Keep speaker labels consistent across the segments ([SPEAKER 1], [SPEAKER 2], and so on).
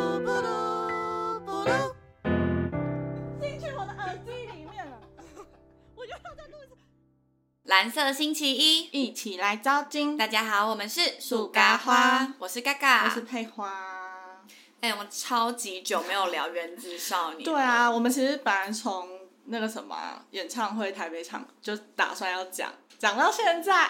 [SPEAKER 1] 蓝色星期一，
[SPEAKER 2] 一起来招金。
[SPEAKER 1] 大家好，我们是
[SPEAKER 2] 树咖花，
[SPEAKER 1] 我是嘎嘎，
[SPEAKER 2] 我是佩花。
[SPEAKER 1] 哎、我们超级久没有聊原子少年，
[SPEAKER 2] 对，啊，我们其实本来从那个什么啊演唱会台北场就打算要讲，讲到现在，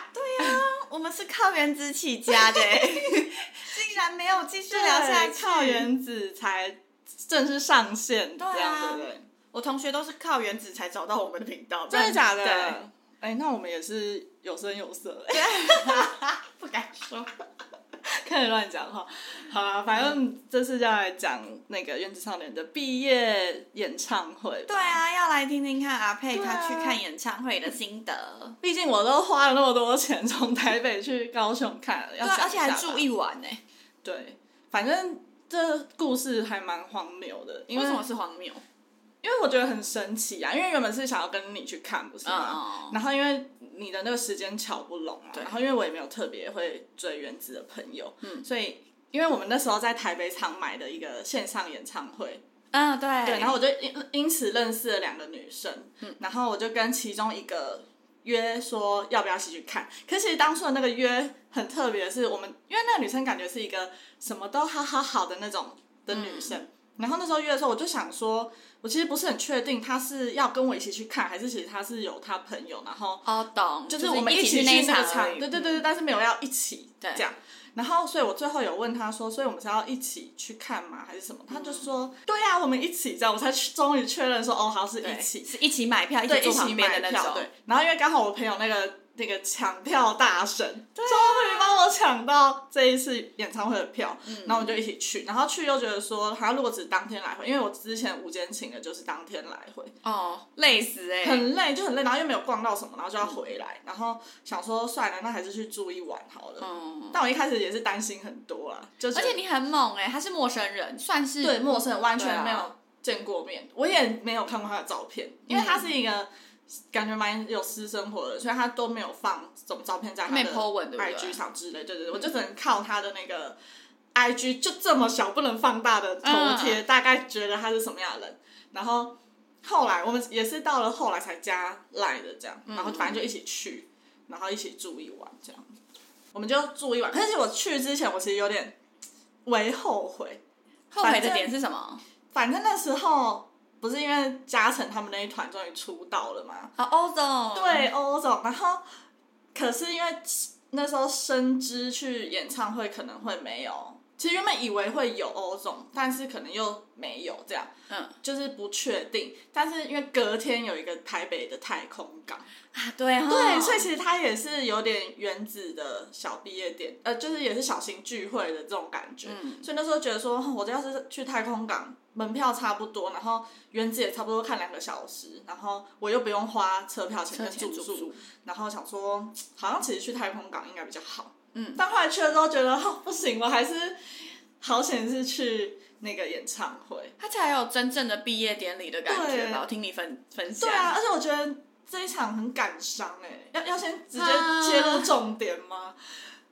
[SPEAKER 1] 我们是靠原子起家的，欸 竟然没有继续
[SPEAKER 2] 对，
[SPEAKER 1] 聊下来去
[SPEAKER 2] 靠。原子才正式上线，
[SPEAKER 1] 对啊
[SPEAKER 2] 这样对不对？啊
[SPEAKER 1] 我同学都是靠原子才找到我们的频道，
[SPEAKER 2] 真的假的
[SPEAKER 1] 对？
[SPEAKER 2] 哎、那我们也是有声有色、
[SPEAKER 1] 不敢说。
[SPEAKER 2] 开始乱讲话。好啦，反正这次就要来讲那个原子少年的毕业演唱会。
[SPEAKER 1] 对，啊，要来听听看阿佩
[SPEAKER 2] 对啊
[SPEAKER 1] 他去看演唱会的心得，
[SPEAKER 2] 毕竟我都花了那么多钱从台北去高雄看了，要
[SPEAKER 1] 对啊，
[SPEAKER 2] 讲
[SPEAKER 1] 而且还
[SPEAKER 2] 一下吧
[SPEAKER 1] 住一晚欸呢、
[SPEAKER 2] 对，反正这故事还蛮荒谬的，因
[SPEAKER 1] 为
[SPEAKER 2] 为
[SPEAKER 1] 什么是荒谬？
[SPEAKER 2] 因为我觉得很神奇啊，因为原本是想要跟你去看，不是吗？
[SPEAKER 1] 嗯嗯嗯
[SPEAKER 2] 然后因为你的那个时间巧不拢嘛，
[SPEAKER 1] 对
[SPEAKER 2] 然后因为我也没有特别会追原子的朋友，
[SPEAKER 1] 嗯
[SPEAKER 2] 所以因为我们那时候在台北场买的一个线上演唱会，
[SPEAKER 1] 嗯，对，
[SPEAKER 2] 对，然后我就因因此认识了两个女生，然后我就跟其中一个约说要不要一起去看。可其实当初的那个约很特别，是我们因为那个女生感觉是一个什么都好好好的那种的女生。然后那时候约的时候，我就想说，我其实不是很确定她是要跟我一起去看，还是其实她是有她朋友，然后
[SPEAKER 1] 哦，懂，
[SPEAKER 2] 就是我们
[SPEAKER 1] 一
[SPEAKER 2] 起
[SPEAKER 1] 去
[SPEAKER 2] 那
[SPEAKER 1] 那
[SPEAKER 2] 个
[SPEAKER 1] 场而
[SPEAKER 2] 场，
[SPEAKER 1] 已，
[SPEAKER 2] 对对对对，但是没有要一起
[SPEAKER 1] 对
[SPEAKER 2] 这样。然后，所以我最后有问他说，所以我们是要一起去看吗，还是什么？他
[SPEAKER 1] 嗯
[SPEAKER 2] 就说，对啊呀、我们一起这样，我才去终于确认说，哦，好是
[SPEAKER 1] 对
[SPEAKER 2] 一起，
[SPEAKER 1] 是一起买票，一
[SPEAKER 2] 对，
[SPEAKER 1] 起
[SPEAKER 2] 一
[SPEAKER 1] 坐
[SPEAKER 2] 起
[SPEAKER 1] 旁
[SPEAKER 2] 买
[SPEAKER 1] 边的那
[SPEAKER 2] 票，
[SPEAKER 1] 种，
[SPEAKER 2] 对。然后因为刚好我朋友那个那个抢票大神，终
[SPEAKER 1] 啊
[SPEAKER 2] 于帮我抢到这一次演唱会的票，
[SPEAKER 1] 嗯
[SPEAKER 2] 然后我们就一起去。然后去又觉得说，好像如果只是当天来回，因为我之前午间请的就是当天来回，
[SPEAKER 1] 哦，累死哎、
[SPEAKER 2] 很累，就很累，然后又没有逛到什么，然后就要回来，然后想说算了，那还是去住一晚好了。
[SPEAKER 1] 嗯，
[SPEAKER 2] 但我一开始也是担心很多啦，就是
[SPEAKER 1] 而且你很猛哎、他是陌生人，算是
[SPEAKER 2] 对陌生人完
[SPEAKER 1] 对啊
[SPEAKER 2] 全没有见过面，我也没有看过他的照片，因
[SPEAKER 1] 嗯
[SPEAKER 2] 为他是一个感觉蛮有私生活的，所以他都没有放什么照片在他
[SPEAKER 1] 没
[SPEAKER 2] 的
[SPEAKER 1] po 文对不对嗯
[SPEAKER 2] IG 上之类，对对对，我就只能靠他的那个 IG 就这么小不能放大的头
[SPEAKER 1] 嗯
[SPEAKER 2] 贴，大概觉得他是什么样的人，然后。后来我们也是到了后来才加来的这样，然
[SPEAKER 1] 嗯
[SPEAKER 2] 后反正就一起去，然后一起住一晚这样，我们就住一晚。可是我去之前，我其实有点为后悔，
[SPEAKER 1] 后悔
[SPEAKER 2] 反
[SPEAKER 1] 的
[SPEAKER 2] 正
[SPEAKER 1] 点是什么？
[SPEAKER 2] 反正那时候不是因为嘉诚他们那一团终于出道了嘛，
[SPEAKER 1] 好，欧总，
[SPEAKER 2] 对，欧总，然后可是因为那时候深知去演唱会可能会没有，其实原本以为会有欧总，但是可能又没有这样，
[SPEAKER 1] 嗯
[SPEAKER 2] 就是不确定。但是因为隔天有一个台北的太空港，
[SPEAKER 1] 啊，对哦，
[SPEAKER 2] 对，所以其实它也是有点原子的小毕业典，呃，就是也是小型聚会的这种感觉。
[SPEAKER 1] 嗯
[SPEAKER 2] 所以那时候觉得说，哦哼我这要是去太空港，门票差不多，然后原子也差不多看两个小时，然后我又不用花车票钱跟
[SPEAKER 1] 车钱
[SPEAKER 2] 住
[SPEAKER 1] 住宿
[SPEAKER 2] 宿，然后想说，嗯好像其实去太空港应该比较好。
[SPEAKER 1] 嗯，
[SPEAKER 2] 但后来去了之后觉得，哦，不行，我还是好险是去那个演唱会。
[SPEAKER 1] 他才有真正的毕业典礼的感觉
[SPEAKER 2] 对
[SPEAKER 1] 吧？我听你分分享，
[SPEAKER 2] 对啊，而且我觉得这一场很感伤哎、要要先直接
[SPEAKER 1] 啊
[SPEAKER 2] 切入重点吗？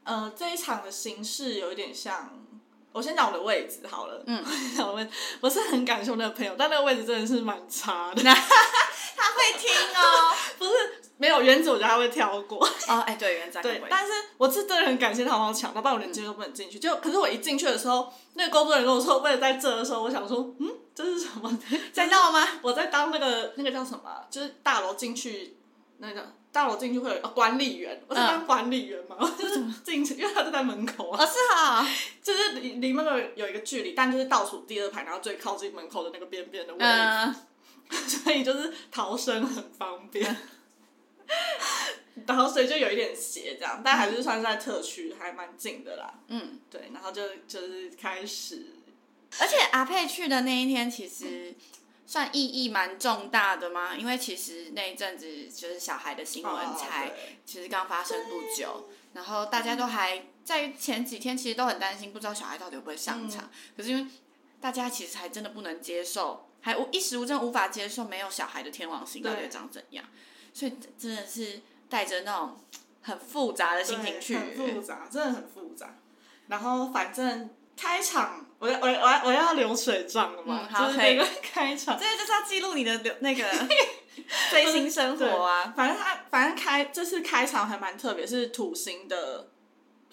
[SPEAKER 2] 呃，这一场的形式有一点像，我先讲我的位置好了。
[SPEAKER 1] 嗯，
[SPEAKER 2] 我们我是很感谢我那个朋友，但那个位置真的是蛮差的，
[SPEAKER 1] 他会听哦，
[SPEAKER 2] 不是没有原子，我觉得他会跳过。
[SPEAKER 1] 哦，哎，对，原来
[SPEAKER 2] 对，
[SPEAKER 1] 但
[SPEAKER 2] 但是我是真的很感谢他帮我抢到，不然我连进去都不能进去。就可是我一进去的时候，那个工作人员跟我说，为了在这的时候，我想说，嗯，这是什么？
[SPEAKER 1] 在闹吗？
[SPEAKER 2] 我在当那个那个叫什么啊，就是大楼进去那个大楼进去会有、哦管理员，我在当管理员嘛，
[SPEAKER 1] 嗯
[SPEAKER 2] 我 就是进去，因为他就在门口啊，
[SPEAKER 1] 哦，是哈，
[SPEAKER 2] 就是离离门口有一个距离，但就是倒数第二排，然后最靠近门口的那个边边的位置，
[SPEAKER 1] 嗯，
[SPEAKER 2] 所以就是逃生很方便。
[SPEAKER 1] 嗯
[SPEAKER 2] 然后所以就有一点斜这样，但还是算是在特区，还蛮近的啦。
[SPEAKER 1] 嗯，
[SPEAKER 2] 对，然后就就是开始，
[SPEAKER 1] 而且阿佩去的那一天，其实算意义蛮重大的嘛，因为其实那一阵子就是小孩的新闻
[SPEAKER 2] 哦
[SPEAKER 1] 才
[SPEAKER 2] 对
[SPEAKER 1] 其实刚发生不久，然后大家都还在前几天其实都很担心，不知道小孩到底会不会上
[SPEAKER 2] 嗯
[SPEAKER 1] 场。可是因为大家其实还真的不能接受，还无一时无真无法接受没有小孩的天王星到底会长怎样，所以真的是带着那种很复杂的心情
[SPEAKER 2] 对
[SPEAKER 1] 去。
[SPEAKER 2] 很复杂，真的很复杂。然后反正开场，我要我要我要我要流水账了嘛，
[SPEAKER 1] 嗯好
[SPEAKER 2] 就是那个 开场，
[SPEAKER 1] 这个就是要记录你的流那个追星生活啊，
[SPEAKER 2] 反正他反正开这次开场还蛮特别，是土星的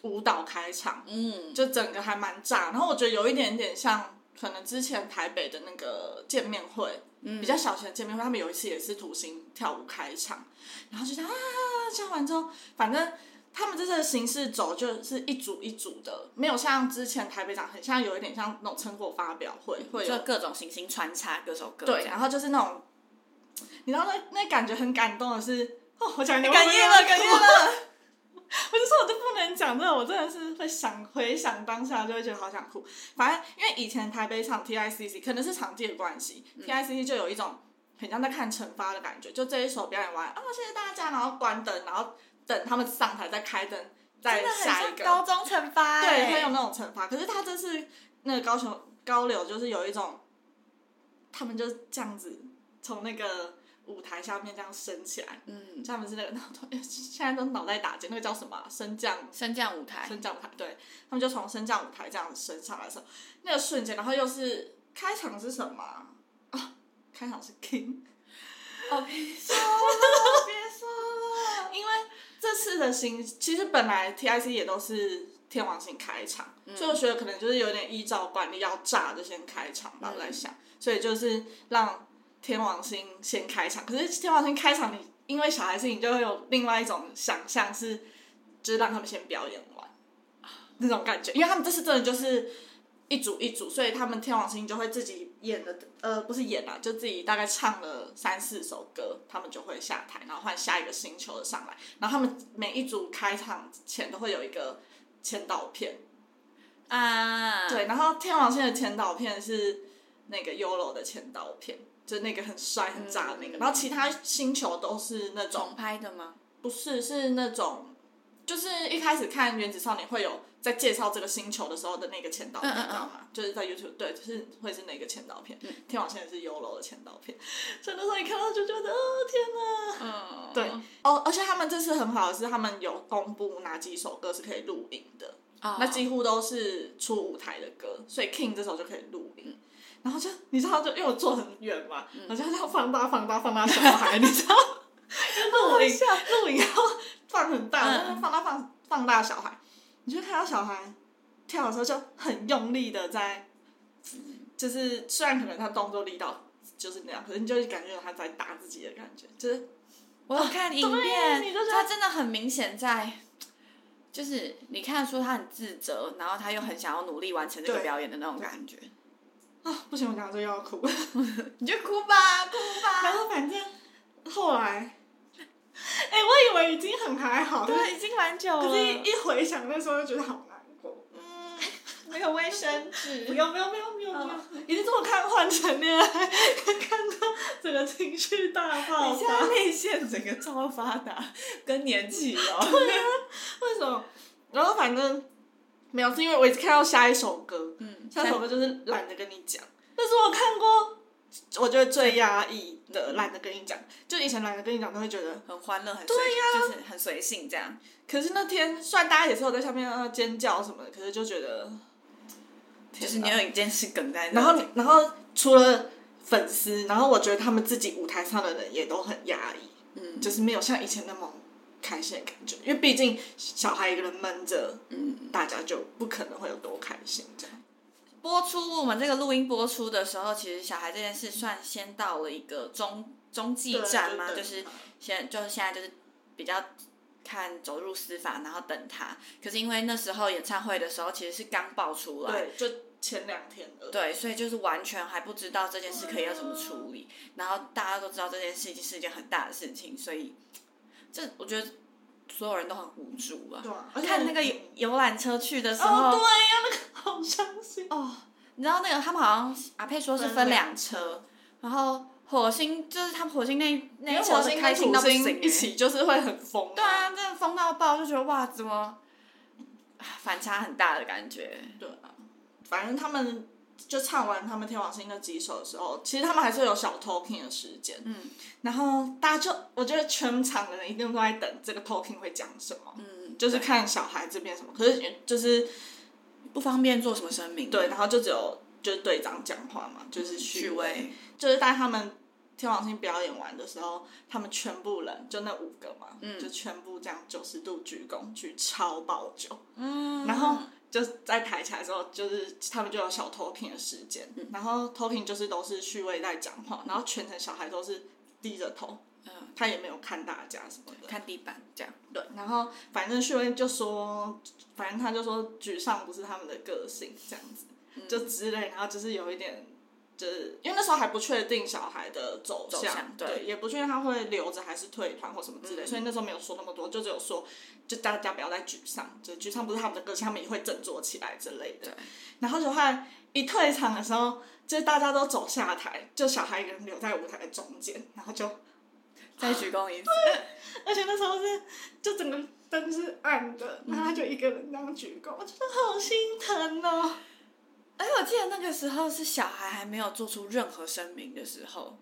[SPEAKER 2] 舞蹈开场，
[SPEAKER 1] 嗯，
[SPEAKER 2] 就整个还蛮炸。然后我觉得有一点点像可能之前台北的那个见面会，
[SPEAKER 1] 嗯
[SPEAKER 2] 比较小型的见面会，他们有一次也是土星跳舞开场，然后就这样啊，跳完之后，反正。他们这次的形式走就是一组一组的，没有像之前台北场很像，有一点像那种成果发表会，会有
[SPEAKER 1] 就各种行星穿插各首歌，
[SPEAKER 2] 对，然后就是那种，你知道那那感觉很感动的是，哦，我讲你
[SPEAKER 1] 哽咽了哽咽了。
[SPEAKER 2] 我就说，我就 不能讲这个，我真的是会想回想当下，就会觉得好想哭。反正因为以前台北场 TICC 可能是场地的关系、t
[SPEAKER 1] 嗯
[SPEAKER 2] i c c 就有一种很像在看惩罚的感觉，就这一首表演完啊，谢谢大家，然后关灯，然后等他们上台再开灯，再
[SPEAKER 1] 真的很
[SPEAKER 2] 下一
[SPEAKER 1] 像
[SPEAKER 2] 个。
[SPEAKER 1] 高中惩罚、
[SPEAKER 2] 对，
[SPEAKER 1] 欸，
[SPEAKER 2] 会有那种惩罚。可是他这次那个高雄高柳就是有一种，他们就这样子从那个舞台下面这样升起来，
[SPEAKER 1] 嗯，
[SPEAKER 2] 他们是那个现在都脑袋打结，那个叫什么啊、升降
[SPEAKER 1] 升降舞台，
[SPEAKER 2] 升降舞台，对他们就从升降舞台这样子升上来的时候，那个瞬间，然后又是开场是什么啊？啊开场是 King，
[SPEAKER 1] 哦，别说了， 别说了，
[SPEAKER 2] 因为这次的新，其实本来 TIC 也都是天王星开场，所以我觉得可能就是有点依照惯例要炸就先开场吧，我在想，所以就是让天王星先开场。可是天王星开场你，因为小孩子，你就会有另外一种想象是，就是让他们先表演完那种感觉，因为他们这次真的就是。一组一组，所以他们天王星就会自己演的，呃，不是演啦、就自己大概唱了三四首歌，他们就会下台，然后换下一个星球的上来。然后他们每一组开场前都会有一个前导片，
[SPEAKER 1] 啊，
[SPEAKER 2] 对，然后天王星的前导片是那个 YOLO 的前导片，就那个很帅很炸的那个。
[SPEAKER 1] 嗯
[SPEAKER 2] 然后其他星球都是那种
[SPEAKER 1] 重拍的吗？
[SPEAKER 2] 不是是那种，就是一开始看《原子少年》会有在介绍这个星球的时候的那个前导片，
[SPEAKER 1] 嗯嗯嗯
[SPEAKER 2] 你知道吗？就是在 YouTube 对，就是会是那个前导片，天王星也是 YOLO 的前导片，所以那时候一看到就觉得，哦天哪！
[SPEAKER 1] 嗯，
[SPEAKER 2] 对，哦，而且他们这次很好的是，他们有公布哪几首歌是可以录影的，
[SPEAKER 1] 哦
[SPEAKER 2] 那几乎都是出舞台的歌，所以 King 这首就可以录
[SPEAKER 1] 嗯
[SPEAKER 2] 影。然后就你知道就，因为我坐很远嘛，我就这样放大、放大、放大小孩，你知道， 就录影、 录影要放很大，
[SPEAKER 1] 哦嗯
[SPEAKER 2] 然后放大、放放大小孩，你就看到小孩跳的时候就很用力的在，
[SPEAKER 1] 嗯
[SPEAKER 2] 就是虽然可能他动作力道就是那样，可是你就感觉到他在打自己的感觉，就是
[SPEAKER 1] 我有看影
[SPEAKER 2] 对你
[SPEAKER 1] 片
[SPEAKER 2] 就，觉得
[SPEAKER 1] 他真的很明显在，就是你看得出他很自责，然后他又很想要努力完成这个
[SPEAKER 2] 对
[SPEAKER 1] 表演的那种感觉。
[SPEAKER 2] 啊，不行，我讲到这又要哭。
[SPEAKER 1] 你就哭吧，哭
[SPEAKER 2] 然
[SPEAKER 1] 吧。
[SPEAKER 2] 后反正 后来，啊哎、我以为已经很还好，
[SPEAKER 1] 对，已经蛮久
[SPEAKER 2] 可
[SPEAKER 1] 了。
[SPEAKER 2] 是一一回想那时候就觉得好难过。
[SPEAKER 1] 嗯，那个卫生
[SPEAKER 2] 不
[SPEAKER 1] 纸，
[SPEAKER 2] 用不用不用不用不用
[SPEAKER 1] 哦，
[SPEAKER 2] 一定这么看换成恋爱， 看到整个情绪大爆
[SPEAKER 1] 你现在
[SPEAKER 2] 发。
[SPEAKER 1] 内线整个超发达，更年期哦。
[SPEAKER 2] 为什么？然后反正没有，是因为我一直看到下一首歌，
[SPEAKER 1] 嗯，
[SPEAKER 2] 下一首歌就是懒得跟你讲，那是我看过我觉得最压抑的，懒得跟你讲。就以前懒得跟你讲，都会觉得
[SPEAKER 1] 很欢乐，很随，就是很随性这样。
[SPEAKER 2] 可是那天虽然大家也是有在下面呃尖叫什么的，可是就觉得，
[SPEAKER 1] 就
[SPEAKER 2] 天
[SPEAKER 1] 是你
[SPEAKER 2] 哪
[SPEAKER 1] 有一件事梗在那。
[SPEAKER 2] 然后你然后除了粉丝，然后我觉得他们自己舞台上的人也都很压抑，
[SPEAKER 1] 嗯
[SPEAKER 2] 就是没有像以前那么开心的感觉，因为毕竟小孩一个人闷着，
[SPEAKER 1] 嗯，
[SPEAKER 2] 大家就不可能会有多开心这样。
[SPEAKER 1] 播出我们这个录音播出的时候，其实小孩这件事算先到了一个中中继站嘛，
[SPEAKER 2] 对对
[SPEAKER 1] 就是现就是现在就是比较看走入司法，然后等他。可是因为那时候演唱会的时候，其实是刚爆出来，
[SPEAKER 2] 对，就前两天而已。
[SPEAKER 1] 对，所以就是完全还不知道这件事可以要怎么处理。然后大家都知道这件事已经是一件很大的事情，所以这我觉得所有人都很无助啊。
[SPEAKER 2] 对啊，而且
[SPEAKER 1] 看那个游游览车去的时候，
[SPEAKER 2] 哦，对呀、那个好伤心。哦，
[SPEAKER 1] 你知道那个他们好像阿佩说是分两车，然后火星就是他们火星那那
[SPEAKER 2] 因
[SPEAKER 1] 一
[SPEAKER 2] 为
[SPEAKER 1] 车
[SPEAKER 2] 火
[SPEAKER 1] 是
[SPEAKER 2] 星
[SPEAKER 1] 开
[SPEAKER 2] 跟
[SPEAKER 1] 心
[SPEAKER 2] 土
[SPEAKER 1] 到不行、欸，
[SPEAKER 2] 星一起就是会很疯、
[SPEAKER 1] 对啊，真的疯到爆，就觉得哇，怎么唉反差很大的感觉？
[SPEAKER 2] 对啊，反正他们就唱完他们天王星那几首的时候，其实他们还是有小 talking 的时间。
[SPEAKER 1] 嗯，
[SPEAKER 2] 然后大家就，我觉得全场的人一定都在等这个 talking 会讲什么，
[SPEAKER 1] 嗯，
[SPEAKER 2] 就是
[SPEAKER 1] 对
[SPEAKER 2] 看小孩这边什么。可是就是
[SPEAKER 1] 不方便做什么声明，
[SPEAKER 2] 对，，然后就只有就是队长讲话嘛，就是
[SPEAKER 1] 嗯趣
[SPEAKER 2] 许
[SPEAKER 1] 味，
[SPEAKER 2] 就是在他们天王星表演完的时候，他们全部人就那五个嘛，
[SPEAKER 1] 嗯
[SPEAKER 2] 就全部这样九十度鞠躬，鞠超爆久。
[SPEAKER 1] 嗯，
[SPEAKER 2] 然后就在抬起来之后，就是他们就有小投屏的时间，然后投屏就是都是序位在讲话，然后全程小孩都是低着头，他也没有看大家什么的。
[SPEAKER 1] 看地板这样，
[SPEAKER 2] 对，然后反正序位就说，反正他就说沮丧不是他们的个性这样子，
[SPEAKER 1] 嗯
[SPEAKER 2] 就之类，然后就是有一点。就是因为那时候还不确定小孩的走向，
[SPEAKER 1] 走向对嗯
[SPEAKER 2] 也不确定他会留着还是退团或什么之类，所以那时候没有说那么多，就只有说，就大家不要再沮丧，就沮丧不是他们的个性，他们也会振作起来之类的。然后就后来一退场的时候，就是大家都走下台，就小孩一个人留在舞台的中间，然后就
[SPEAKER 1] 再鞠躬一次，
[SPEAKER 2] 而且那时候是就整个灯是暗的，然后他就一个人那样鞠躬，我觉得好心疼哦。
[SPEAKER 1] 而且我记得那个时候是小孩还没有做出任何声明的时候，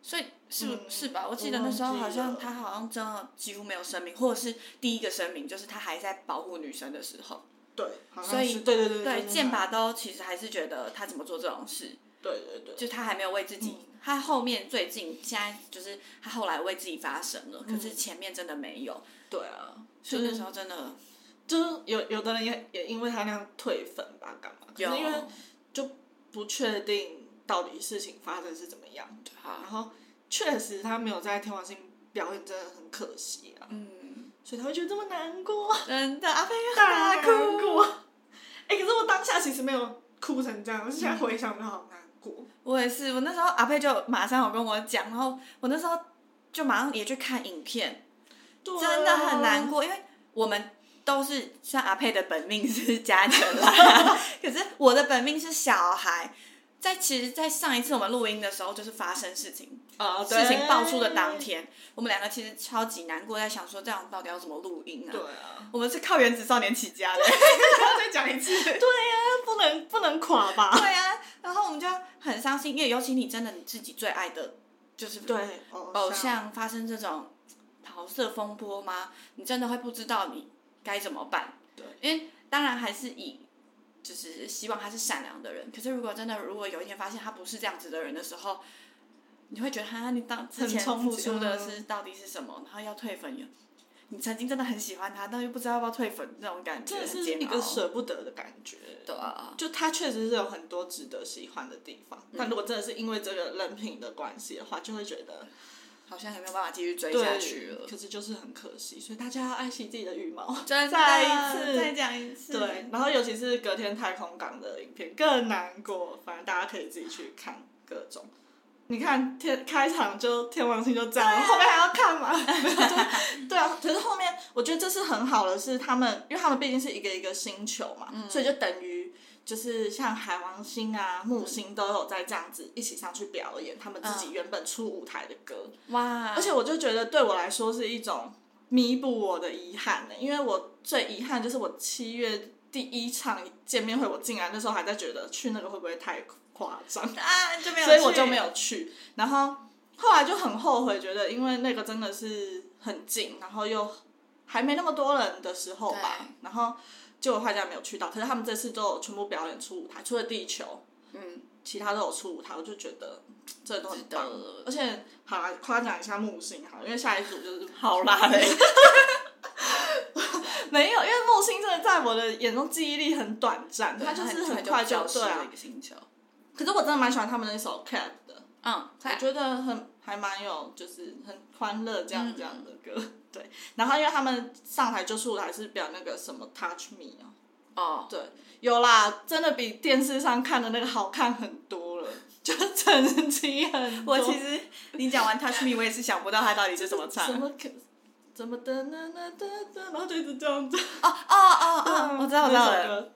[SPEAKER 1] 所以是、
[SPEAKER 2] 嗯
[SPEAKER 1] 是吧？我记
[SPEAKER 2] 我
[SPEAKER 1] 得
[SPEAKER 2] 忘
[SPEAKER 1] 那时候
[SPEAKER 2] 记
[SPEAKER 1] 好像
[SPEAKER 2] 了
[SPEAKER 1] 他好像真的几乎没有声明，或者是第一个声明就是他还在保护女生的时候，
[SPEAKER 2] 对，好像
[SPEAKER 1] 所以
[SPEAKER 2] 是对对对
[SPEAKER 1] 对剑，
[SPEAKER 2] 好
[SPEAKER 1] 拔刀其实还是觉得他怎么做这种事，
[SPEAKER 2] 对对对，嗯
[SPEAKER 1] 就他还没有为自己，他后面最近现在就是他后来为自己发声了，
[SPEAKER 2] 嗯
[SPEAKER 1] 可是前面真的没有，
[SPEAKER 2] 对啊，
[SPEAKER 1] 所以那时候真的
[SPEAKER 2] 就是有有的人也也因为他那样退粉吧，干嘛？可
[SPEAKER 1] 有
[SPEAKER 2] 是因为不确定到底事情发生是怎么样的，
[SPEAKER 1] 好
[SPEAKER 2] 然后确实他没有在天王星表演，真的很可惜啊，
[SPEAKER 1] 嗯，
[SPEAKER 2] 所以他会觉得这么难过，
[SPEAKER 1] 真的阿飞又
[SPEAKER 2] 大
[SPEAKER 1] 大
[SPEAKER 2] 哭
[SPEAKER 1] 哭。。
[SPEAKER 2] 哎、可是我当下其实没有哭成这样，我是现在回想就好难过。
[SPEAKER 1] 我也是，我那时候阿佩就马上有跟我讲，然后我那时候就马上也去看影片，
[SPEAKER 2] 对
[SPEAKER 1] 真的很难
[SPEAKER 2] 过。
[SPEAKER 1] 过，因为我们都是像阿佩的本命是家人 啦，可是我的本命是小孩。在其实，在上一次我们录音的时候，就是发生事情，
[SPEAKER 2] 啊，对
[SPEAKER 1] 事情爆出的当。天，我们两个其实超级难过，在想说这样到底要怎么录音啊
[SPEAKER 2] 对？啊，
[SPEAKER 1] 我们是靠《原子少年》起家的，
[SPEAKER 2] 再讲一次。对呀、不能不能垮吧？
[SPEAKER 1] 对啊，然后我们就很伤心，因为尤其你真的你自己最爱的，就是哦
[SPEAKER 2] 对，
[SPEAKER 1] 偶。像发生这种桃色风波吗？你真的会不知道你该怎么办。
[SPEAKER 2] 对，
[SPEAKER 1] 因为当然还是以就是希望他是善良的人，可是如果真的如果有一天发现他不是这样子的人的时候，你会觉得哈，你当之
[SPEAKER 2] 很
[SPEAKER 1] 前
[SPEAKER 2] 冲
[SPEAKER 1] 付
[SPEAKER 2] 击
[SPEAKER 1] 出的
[SPEAKER 2] 嗯
[SPEAKER 1] 是到底是什么，然后要退粉有。你曾经真的很喜欢他，但又不知道要不要退粉，这种感觉
[SPEAKER 2] 真的
[SPEAKER 1] 很
[SPEAKER 2] 是
[SPEAKER 1] 煎
[SPEAKER 2] 一
[SPEAKER 1] 熬
[SPEAKER 2] 个。舍不得的感觉。
[SPEAKER 1] 对啊，
[SPEAKER 2] 就他确实是有很多值得喜欢的地方，但如果真的是因为这个人品的关系的话，就会觉得
[SPEAKER 1] 好像也没有办法继续追
[SPEAKER 2] 对
[SPEAKER 1] 下去了。
[SPEAKER 2] 可是就是很可惜，所以大家要爱惜自己的羽毛。
[SPEAKER 1] 真的
[SPEAKER 2] 哦再一次
[SPEAKER 1] 再讲一次。
[SPEAKER 2] 对，然后尤其是隔天太空港的影片更难过，反正大家可以自己去看各种。你看天开场就天王星就这
[SPEAKER 1] 啊
[SPEAKER 2] 样，后面还要看吗？没有就 对啊，可是后面我觉得这是很好的，是他们，因为他们毕竟是一个一个星球嘛，所以就等于就是像海王星啊、木星都有在这样子一起上去表演他们自己原本出舞台的歌。
[SPEAKER 1] 哇！
[SPEAKER 2] 而且我就觉得对我来说是一种弥补我的遗憾呢、因为我最遗憾就是我七月第一场见面会，我竟然那时候还在觉得去那个会不会太夸张，
[SPEAKER 1] 啊，就没有，
[SPEAKER 2] 所以我就没。有去。然后后来就很后悔，觉得因为那个真的是很近，然后又还没那么多人的时候吧
[SPEAKER 1] 对，
[SPEAKER 2] 然后结果大家没有去到。可是他们这次都有全部表演出舞台，除了地球，
[SPEAKER 1] 嗯，
[SPEAKER 2] 其他都有出舞台，我就觉得这都很棒
[SPEAKER 1] 值得。
[SPEAKER 2] 而且好啦，夸奖一下木星好了，因为下一组就是
[SPEAKER 1] 好啦嘞。
[SPEAKER 2] 没有，因为木星真的在我的眼中记忆力很短暂，它就是很快就对啊。
[SPEAKER 1] 一个星球。
[SPEAKER 2] 可是我真的蛮喜欢他们那首 Cap 的，
[SPEAKER 1] 嗯，
[SPEAKER 2] 我觉得很还蛮有，就是很欢乐这
[SPEAKER 1] 嗯
[SPEAKER 2] 样这样的歌。对，然后因为他们上台就出来是表那个什么 Touch Me 哦，
[SPEAKER 1] 哦，
[SPEAKER 2] 对，有啦，真的比电视上看的那个好看很多了， 就整齐很多。
[SPEAKER 1] 我其实你讲完 Touch Me，我也是想不到他到底是怎么唱。
[SPEAKER 2] 怎
[SPEAKER 1] 哦
[SPEAKER 2] 么可？怎么的呢呢的的，然后就一直这样子。
[SPEAKER 1] 哦哦哦，我知道，我知道
[SPEAKER 2] 那首
[SPEAKER 1] 了，
[SPEAKER 2] 歌。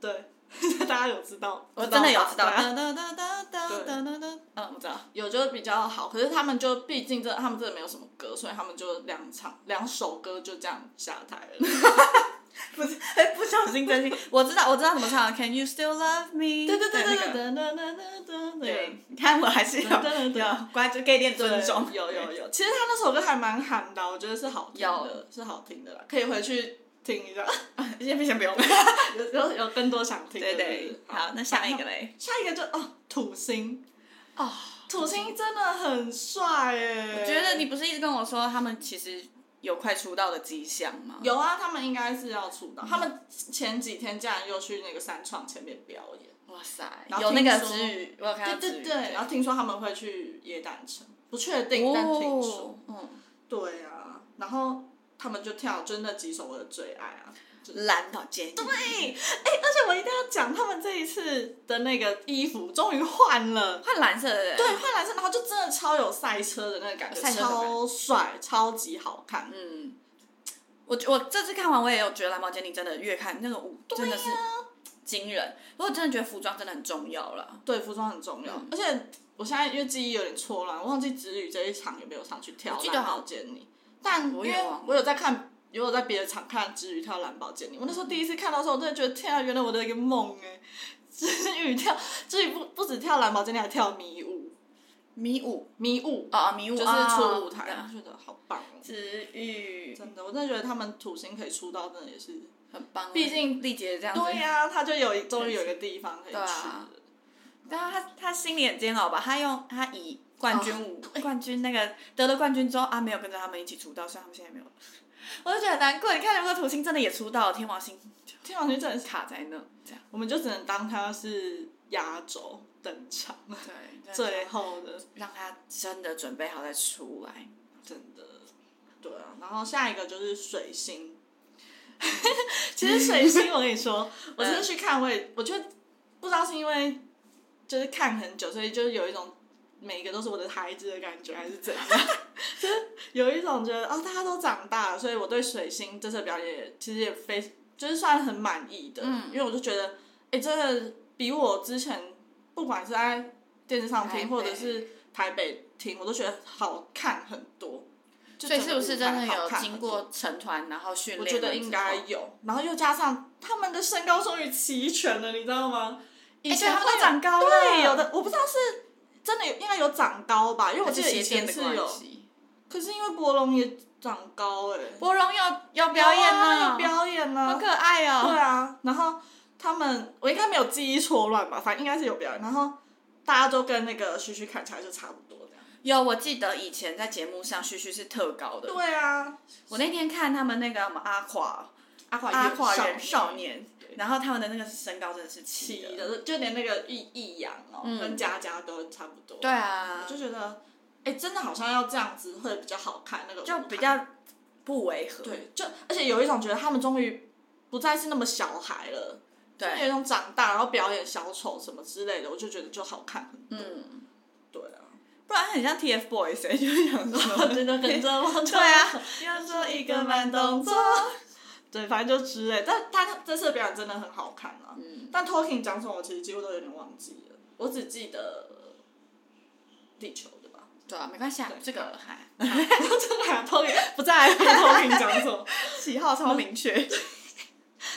[SPEAKER 2] 对， 大家有知道？
[SPEAKER 1] 我真的有知道。
[SPEAKER 2] 吧对啊
[SPEAKER 1] 哒哒哒哒哒哒哒哒，嗯，我知道。
[SPEAKER 2] 有就是比较好，可是他们就毕竟这他们真的没有什么歌，所以他们就两场两首歌就这样下台了。
[SPEAKER 1] 不是，哎，不小心真心，我知道，我知道怎么唱。Can you still love me？
[SPEAKER 2] 对对对对对对
[SPEAKER 1] 对。
[SPEAKER 2] 对对对对
[SPEAKER 1] 对，。你看我还是有
[SPEAKER 2] 对对对
[SPEAKER 1] 有关注 gay 恋尊重，
[SPEAKER 2] 有有有，其实他那首歌还蛮喊的，我觉得是好听的
[SPEAKER 1] 有，
[SPEAKER 2] 是好听的啦，可以回去听一下，
[SPEAKER 1] 先不先不用。
[SPEAKER 2] 有有有更多想听的。
[SPEAKER 1] 对
[SPEAKER 2] 对
[SPEAKER 1] 对，好，那下一个嘞。
[SPEAKER 2] 下一个就哦，土星
[SPEAKER 1] 哦，
[SPEAKER 2] 土星真的很帅哎！我
[SPEAKER 1] 觉得你不是一直跟我说他们其实有快出道的迹象吗？嗯
[SPEAKER 2] 有啊，他们应该是要出道。他们前几天竟然又去那个三创前面表演，
[SPEAKER 1] 哇塞，
[SPEAKER 2] 然后
[SPEAKER 1] 有那个
[SPEAKER 2] 听说
[SPEAKER 1] 之语，我有看到
[SPEAKER 2] 对
[SPEAKER 1] 之
[SPEAKER 2] 对
[SPEAKER 1] 语，
[SPEAKER 2] 对，然后听说他们会去耶诞城，不确定，但听说
[SPEAKER 1] 哦，。嗯，
[SPEAKER 2] 对啊，然后他们就跳，就是那几首我的最爱
[SPEAKER 1] 嗯
[SPEAKER 2] 啊。
[SPEAKER 1] 烂到尖，对，
[SPEAKER 2] 而且我一定要讲，他们这一次的那个衣服终于换了。
[SPEAKER 1] 换蓝色的，
[SPEAKER 2] 对，，换蓝色，然后就真的超有赛车的那个感觉，
[SPEAKER 1] 赛车的感觉
[SPEAKER 2] 超帅，超级好看。
[SPEAKER 1] 嗯，我我这次看完我也有觉得蓝宝坚尼真的越看那个舞真的是惊人，我真的觉得服装真的很重要了。
[SPEAKER 2] 对，服装很重
[SPEAKER 1] 嗯
[SPEAKER 2] 要，而且我现在因为记忆有点错乱，我忘记子宇这一场有没有上去跳
[SPEAKER 1] 我记得
[SPEAKER 2] 蓝
[SPEAKER 1] 好
[SPEAKER 2] 宝坚尼，但因
[SPEAKER 1] 我也
[SPEAKER 2] 为
[SPEAKER 1] 忘了
[SPEAKER 2] 我有在看，有我在别的场看子宇跳蓝宝坚尼，我那时候第一次看到的时候，我真的觉得天啊，原来我的一个梦哎、欸！子宇跳，子宇不不止跳蓝宝坚尼，还跳迷雾，
[SPEAKER 1] 迷舞
[SPEAKER 2] 迷雾
[SPEAKER 1] 啊，啊迷舞
[SPEAKER 2] 就是出舞台，我、觉得好棒哦、
[SPEAKER 1] 子玉
[SPEAKER 2] 真的，我真的觉得他们土星可以出道，真的也是。
[SPEAKER 1] 很棒，啊
[SPEAKER 2] 毕竟
[SPEAKER 1] 丽姐这样子，
[SPEAKER 2] 对呀、他就有一终于有一个地方可以去
[SPEAKER 1] 对啊但他他心里很煎熬吧？他用他以冠军舞、冠军那个得了冠军之后啊，没有跟着他们一起出道，所以他们现在没有了。 我就觉得很难过。你看，如果土星真的也出道，天王星
[SPEAKER 2] 天王星真的是
[SPEAKER 1] 卡在那，这样
[SPEAKER 2] 我们就只能当他是压轴登场，
[SPEAKER 1] 对，真的
[SPEAKER 2] 最后的
[SPEAKER 1] 让他真的准备好再出来。
[SPEAKER 2] 真的，对啊。然后下一个就是水星， 其实水星我跟你说，我
[SPEAKER 1] 嗯
[SPEAKER 2] 真的去看，我也我觉得不知道是因为就是看很久，所以就是有一种每一个都是我的孩子的感觉，还是怎样，就是有一种觉得哦大家都长大了，所以我对水星这次表演也其实也非就是算很满意的，
[SPEAKER 1] 嗯
[SPEAKER 2] 因为我就觉得哎、真的比我之前不管是在电视上
[SPEAKER 1] 台
[SPEAKER 2] 听
[SPEAKER 1] 北
[SPEAKER 2] 或者是台北听，我都觉得好看很多。就
[SPEAKER 1] 所以
[SPEAKER 2] 整
[SPEAKER 1] 是
[SPEAKER 2] 个
[SPEAKER 1] 不是
[SPEAKER 2] 舞
[SPEAKER 1] 真
[SPEAKER 2] 台
[SPEAKER 1] 的
[SPEAKER 2] 好
[SPEAKER 1] 有
[SPEAKER 2] 看
[SPEAKER 1] 经
[SPEAKER 2] 很多
[SPEAKER 1] 过成团然后训
[SPEAKER 2] 我
[SPEAKER 1] 练了之
[SPEAKER 2] 觉得
[SPEAKER 1] 后？
[SPEAKER 2] 应该有，然后又加上他们的身高终于齐全了，你知道吗？以前
[SPEAKER 1] 哎对
[SPEAKER 2] 会
[SPEAKER 1] 他啊们都
[SPEAKER 2] 有
[SPEAKER 1] 长高了
[SPEAKER 2] 对，有的我不知道是真的有应该有长高吧，因为我
[SPEAKER 1] 还
[SPEAKER 2] 记
[SPEAKER 1] 是
[SPEAKER 2] 得以
[SPEAKER 1] 鞋
[SPEAKER 2] 前
[SPEAKER 1] 垫的
[SPEAKER 2] 是
[SPEAKER 1] 关
[SPEAKER 2] 有，
[SPEAKER 1] 系。
[SPEAKER 2] 可是因为博龙也长高哎、
[SPEAKER 1] 博荣要要表演
[SPEAKER 2] 啊有
[SPEAKER 1] 呢，
[SPEAKER 2] 表演呢、
[SPEAKER 1] 好可爱哦。
[SPEAKER 2] 对啊，然后他们我应该没有记忆错乱吧，反正应该是有表演，然后大家都跟那个旭旭看起来就差不多这样。
[SPEAKER 1] 有，我记得以前在节目上，旭旭是特高的。
[SPEAKER 2] 对啊，
[SPEAKER 1] 我那天看他们那个什么阿垮
[SPEAKER 2] 阿华
[SPEAKER 1] 阿垮
[SPEAKER 2] 少
[SPEAKER 1] 人少
[SPEAKER 2] 年
[SPEAKER 1] 年，然后他们的那个身高真的是哦齐
[SPEAKER 2] 起
[SPEAKER 1] 的。
[SPEAKER 2] 的，就连那个易易阳哦，跟佳佳都差不多。
[SPEAKER 1] 对啊
[SPEAKER 2] 我，就觉得，哎、真的好像要这样子会比较好看，那个
[SPEAKER 1] 就
[SPEAKER 2] 舞台
[SPEAKER 1] 比较不违和。
[SPEAKER 2] 对，就而且有一种觉得他们终于不再是那么小孩了，
[SPEAKER 1] 对
[SPEAKER 2] 就有一种长大然后表演小丑什么之类的，我就觉得就好看很多。
[SPEAKER 1] 嗯，
[SPEAKER 2] 对啊，
[SPEAKER 1] 不然很像 TFBOYS，、欸、就 想说
[SPEAKER 2] 真的跟着我对
[SPEAKER 1] 对啊
[SPEAKER 2] 啊，，
[SPEAKER 1] 要
[SPEAKER 2] 做一个慢动作对，反正就之类，但但他这次的表演真的很好看啊。
[SPEAKER 1] 嗯
[SPEAKER 2] 但 Talking 讲什么，我其实几乎都有点忘记了，我只记得地球的吧。
[SPEAKER 1] 对啊，没关系啊
[SPEAKER 2] 对，
[SPEAKER 1] 这个还
[SPEAKER 2] 真的啊，Talking 不在 Talking 讲什 么。
[SPEAKER 1] 喜好超明 确。啊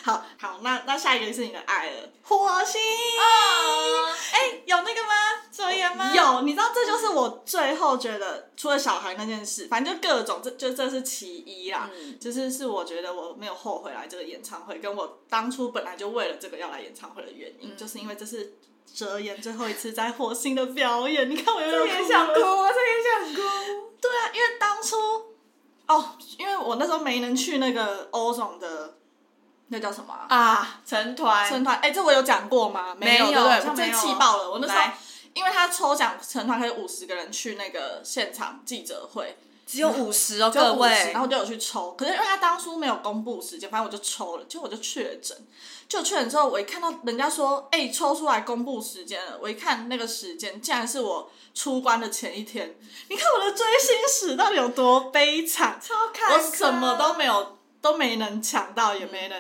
[SPEAKER 2] 好好，那那下一个是你的爱了，啊火星。
[SPEAKER 1] 哎、有那个吗？作业吗？
[SPEAKER 2] 有，你知道这就是我最后觉得，除了小孩那件事，反正就各种，这就这是其一啦。
[SPEAKER 1] 嗯
[SPEAKER 2] 就是是我觉得我没有后悔来这个演唱会，跟我当初本来就为了这个要来演唱会的原因，
[SPEAKER 1] 嗯
[SPEAKER 2] 就是因为这是哲言最后一次在火星的 表演。你看我有没有
[SPEAKER 1] 这也想哭，
[SPEAKER 2] 了
[SPEAKER 1] 我这也想哭。
[SPEAKER 2] 对啊，因为当初哦，因为我那时候没能去那个欧总的，那叫什么、啊？
[SPEAKER 1] 啊，成团，
[SPEAKER 2] 成团，哎、这我有讲过吗？有，
[SPEAKER 1] 没有
[SPEAKER 2] 对不对
[SPEAKER 1] 好像
[SPEAKER 2] 我真
[SPEAKER 1] 没有啊
[SPEAKER 2] 气爆了。我那时候
[SPEAKER 1] 来，
[SPEAKER 2] 因为他抽奖成团可以五十个人去那个现场记者会，
[SPEAKER 1] 只有五十哦，
[SPEAKER 2] 就
[SPEAKER 1] 各位
[SPEAKER 2] 50，然后我就有去抽。可是因为他当初没有公布时间，反正我就抽了，结果我就确诊。就确诊之后，我一看到人家说，哎、抽出来公布时间了，我一看那个时间，竟然是我出关的前一天。你看我的追星史到底有多悲惨？
[SPEAKER 1] 超看
[SPEAKER 2] 我什么都没有，都没能抢到，也
[SPEAKER 1] 嗯
[SPEAKER 2] 没能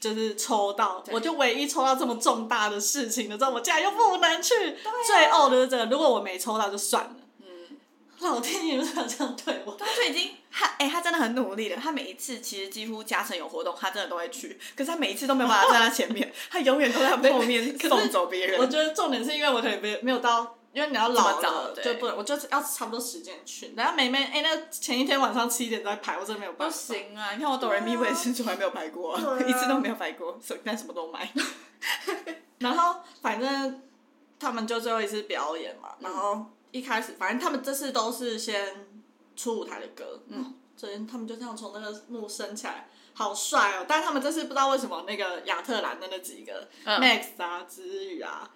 [SPEAKER 2] 就是抽到，我就唯一抽到这么重大的事情的时候，我竟然又不能去，最呕的是这个。如果我没抽到就算了，
[SPEAKER 1] 啊嗯，
[SPEAKER 2] 老天爷为什么这样对我？
[SPEAKER 1] 他就已经他哎、他真的很努力了。他每一次其实几乎嘉诚有活动，他真的都会去，可是他每一次都没有办法站在前面，他永远都在后 面送走别
[SPEAKER 2] 我
[SPEAKER 1] 人。
[SPEAKER 2] 觉得重点是因为我可能没没有到。因为你要
[SPEAKER 1] 这
[SPEAKER 2] 老
[SPEAKER 1] 么早
[SPEAKER 2] 了，
[SPEAKER 1] 对
[SPEAKER 2] 就不能，我就是要差不多时间去。然后梅梅，哎、那前一天晚上七点在排，我真的没有办
[SPEAKER 1] 不
[SPEAKER 2] 法。
[SPEAKER 1] 行啊！你看我哆来咪我也是从来没有排过、
[SPEAKER 2] 对啊
[SPEAKER 1] 一次都没有排过，所以但什么都买。
[SPEAKER 2] 然后反正他们就最后一次表演嘛，然后一开始，反正他们这次都是先出舞台的歌，嗯，昨天他们就这样从那个幕升起来，好帅哦！但是他们这次不知道为什么那个亚特兰的那几个、Max
[SPEAKER 1] 嗯
[SPEAKER 2] 啊、子宇啊、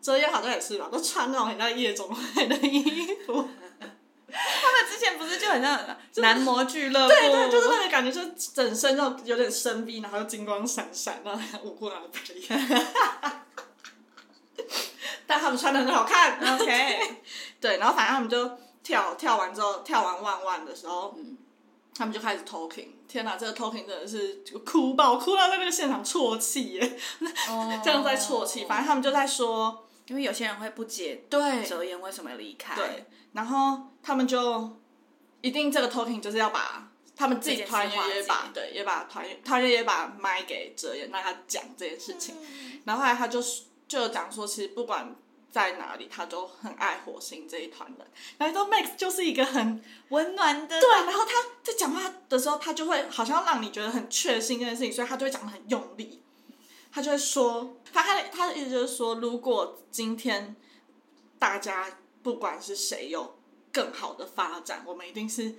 [SPEAKER 2] 遮燕好像也是吧，都穿那种很像夜总会的衣服，
[SPEAKER 1] 他们之前不是 就很像男模俱乐部，
[SPEAKER 2] 对对，就是那个感觉，就是整身就有点生逼，然后又金光闪闪，然后舞棍啊不一样。但他们穿的很好看，
[SPEAKER 1] 嗯 OK，
[SPEAKER 2] 对，然后反正他们就跳跳完之后，跳完万万的时候，他们就开始 talking。天哪，这个 talking 真的是哭爆，哭到在那个现场啜泣耶，
[SPEAKER 1] 哦
[SPEAKER 2] 这样在啜泣。反正他们就在说，
[SPEAKER 1] 因为有些人会不解
[SPEAKER 2] 对
[SPEAKER 1] 哲言为什么离开，
[SPEAKER 2] 对，然后他们就一定这个 talking 就是要把他们自己团员也把对也把团员团员也把麦给哲言，让他讲这件事情。然后后来他就就有讲说，其实不管在哪里，他都很爱火星这一团人。然后说 Max 就是一个很
[SPEAKER 1] 温暖的，
[SPEAKER 2] 对，然后他在讲话的时候，他就会好像让你觉得很确信这件事情，所以他就会讲的很用力。他就会说，他他的他的意思就是说，如果今天大家不管是谁有更好的发展，我们一定是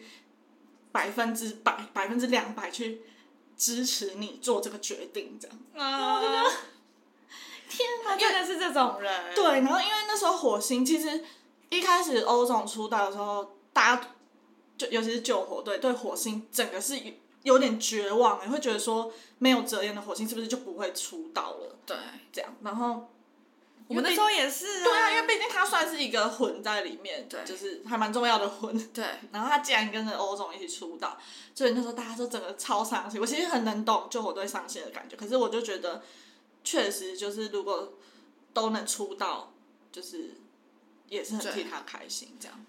[SPEAKER 2] 百分之百、百分之两百去支持你做这个决定，这样。
[SPEAKER 1] 啊，
[SPEAKER 2] 天
[SPEAKER 1] 他啊真的是这种人，
[SPEAKER 2] 对，然后因为那时候火星其实一开始欧总出道的时候，大家就尤其是救火队对火星整个是有有点绝望、欸，会觉得说没有折烟的火星是不是就不会出道了？
[SPEAKER 1] 对，
[SPEAKER 2] 这样，然后
[SPEAKER 1] 我们那时候也是，
[SPEAKER 2] 对啊，因为毕竟他算是一个魂在里面，
[SPEAKER 1] 对
[SPEAKER 2] 就是还蛮重要的魂。
[SPEAKER 1] 对，
[SPEAKER 2] 然后他竟然跟着欧总一起出道，所以那时候大家都整个超伤心。我其实很能懂救火队伤心的感觉，可是我就觉得，确实就是如果都能出道，就是也是很替他开心这样。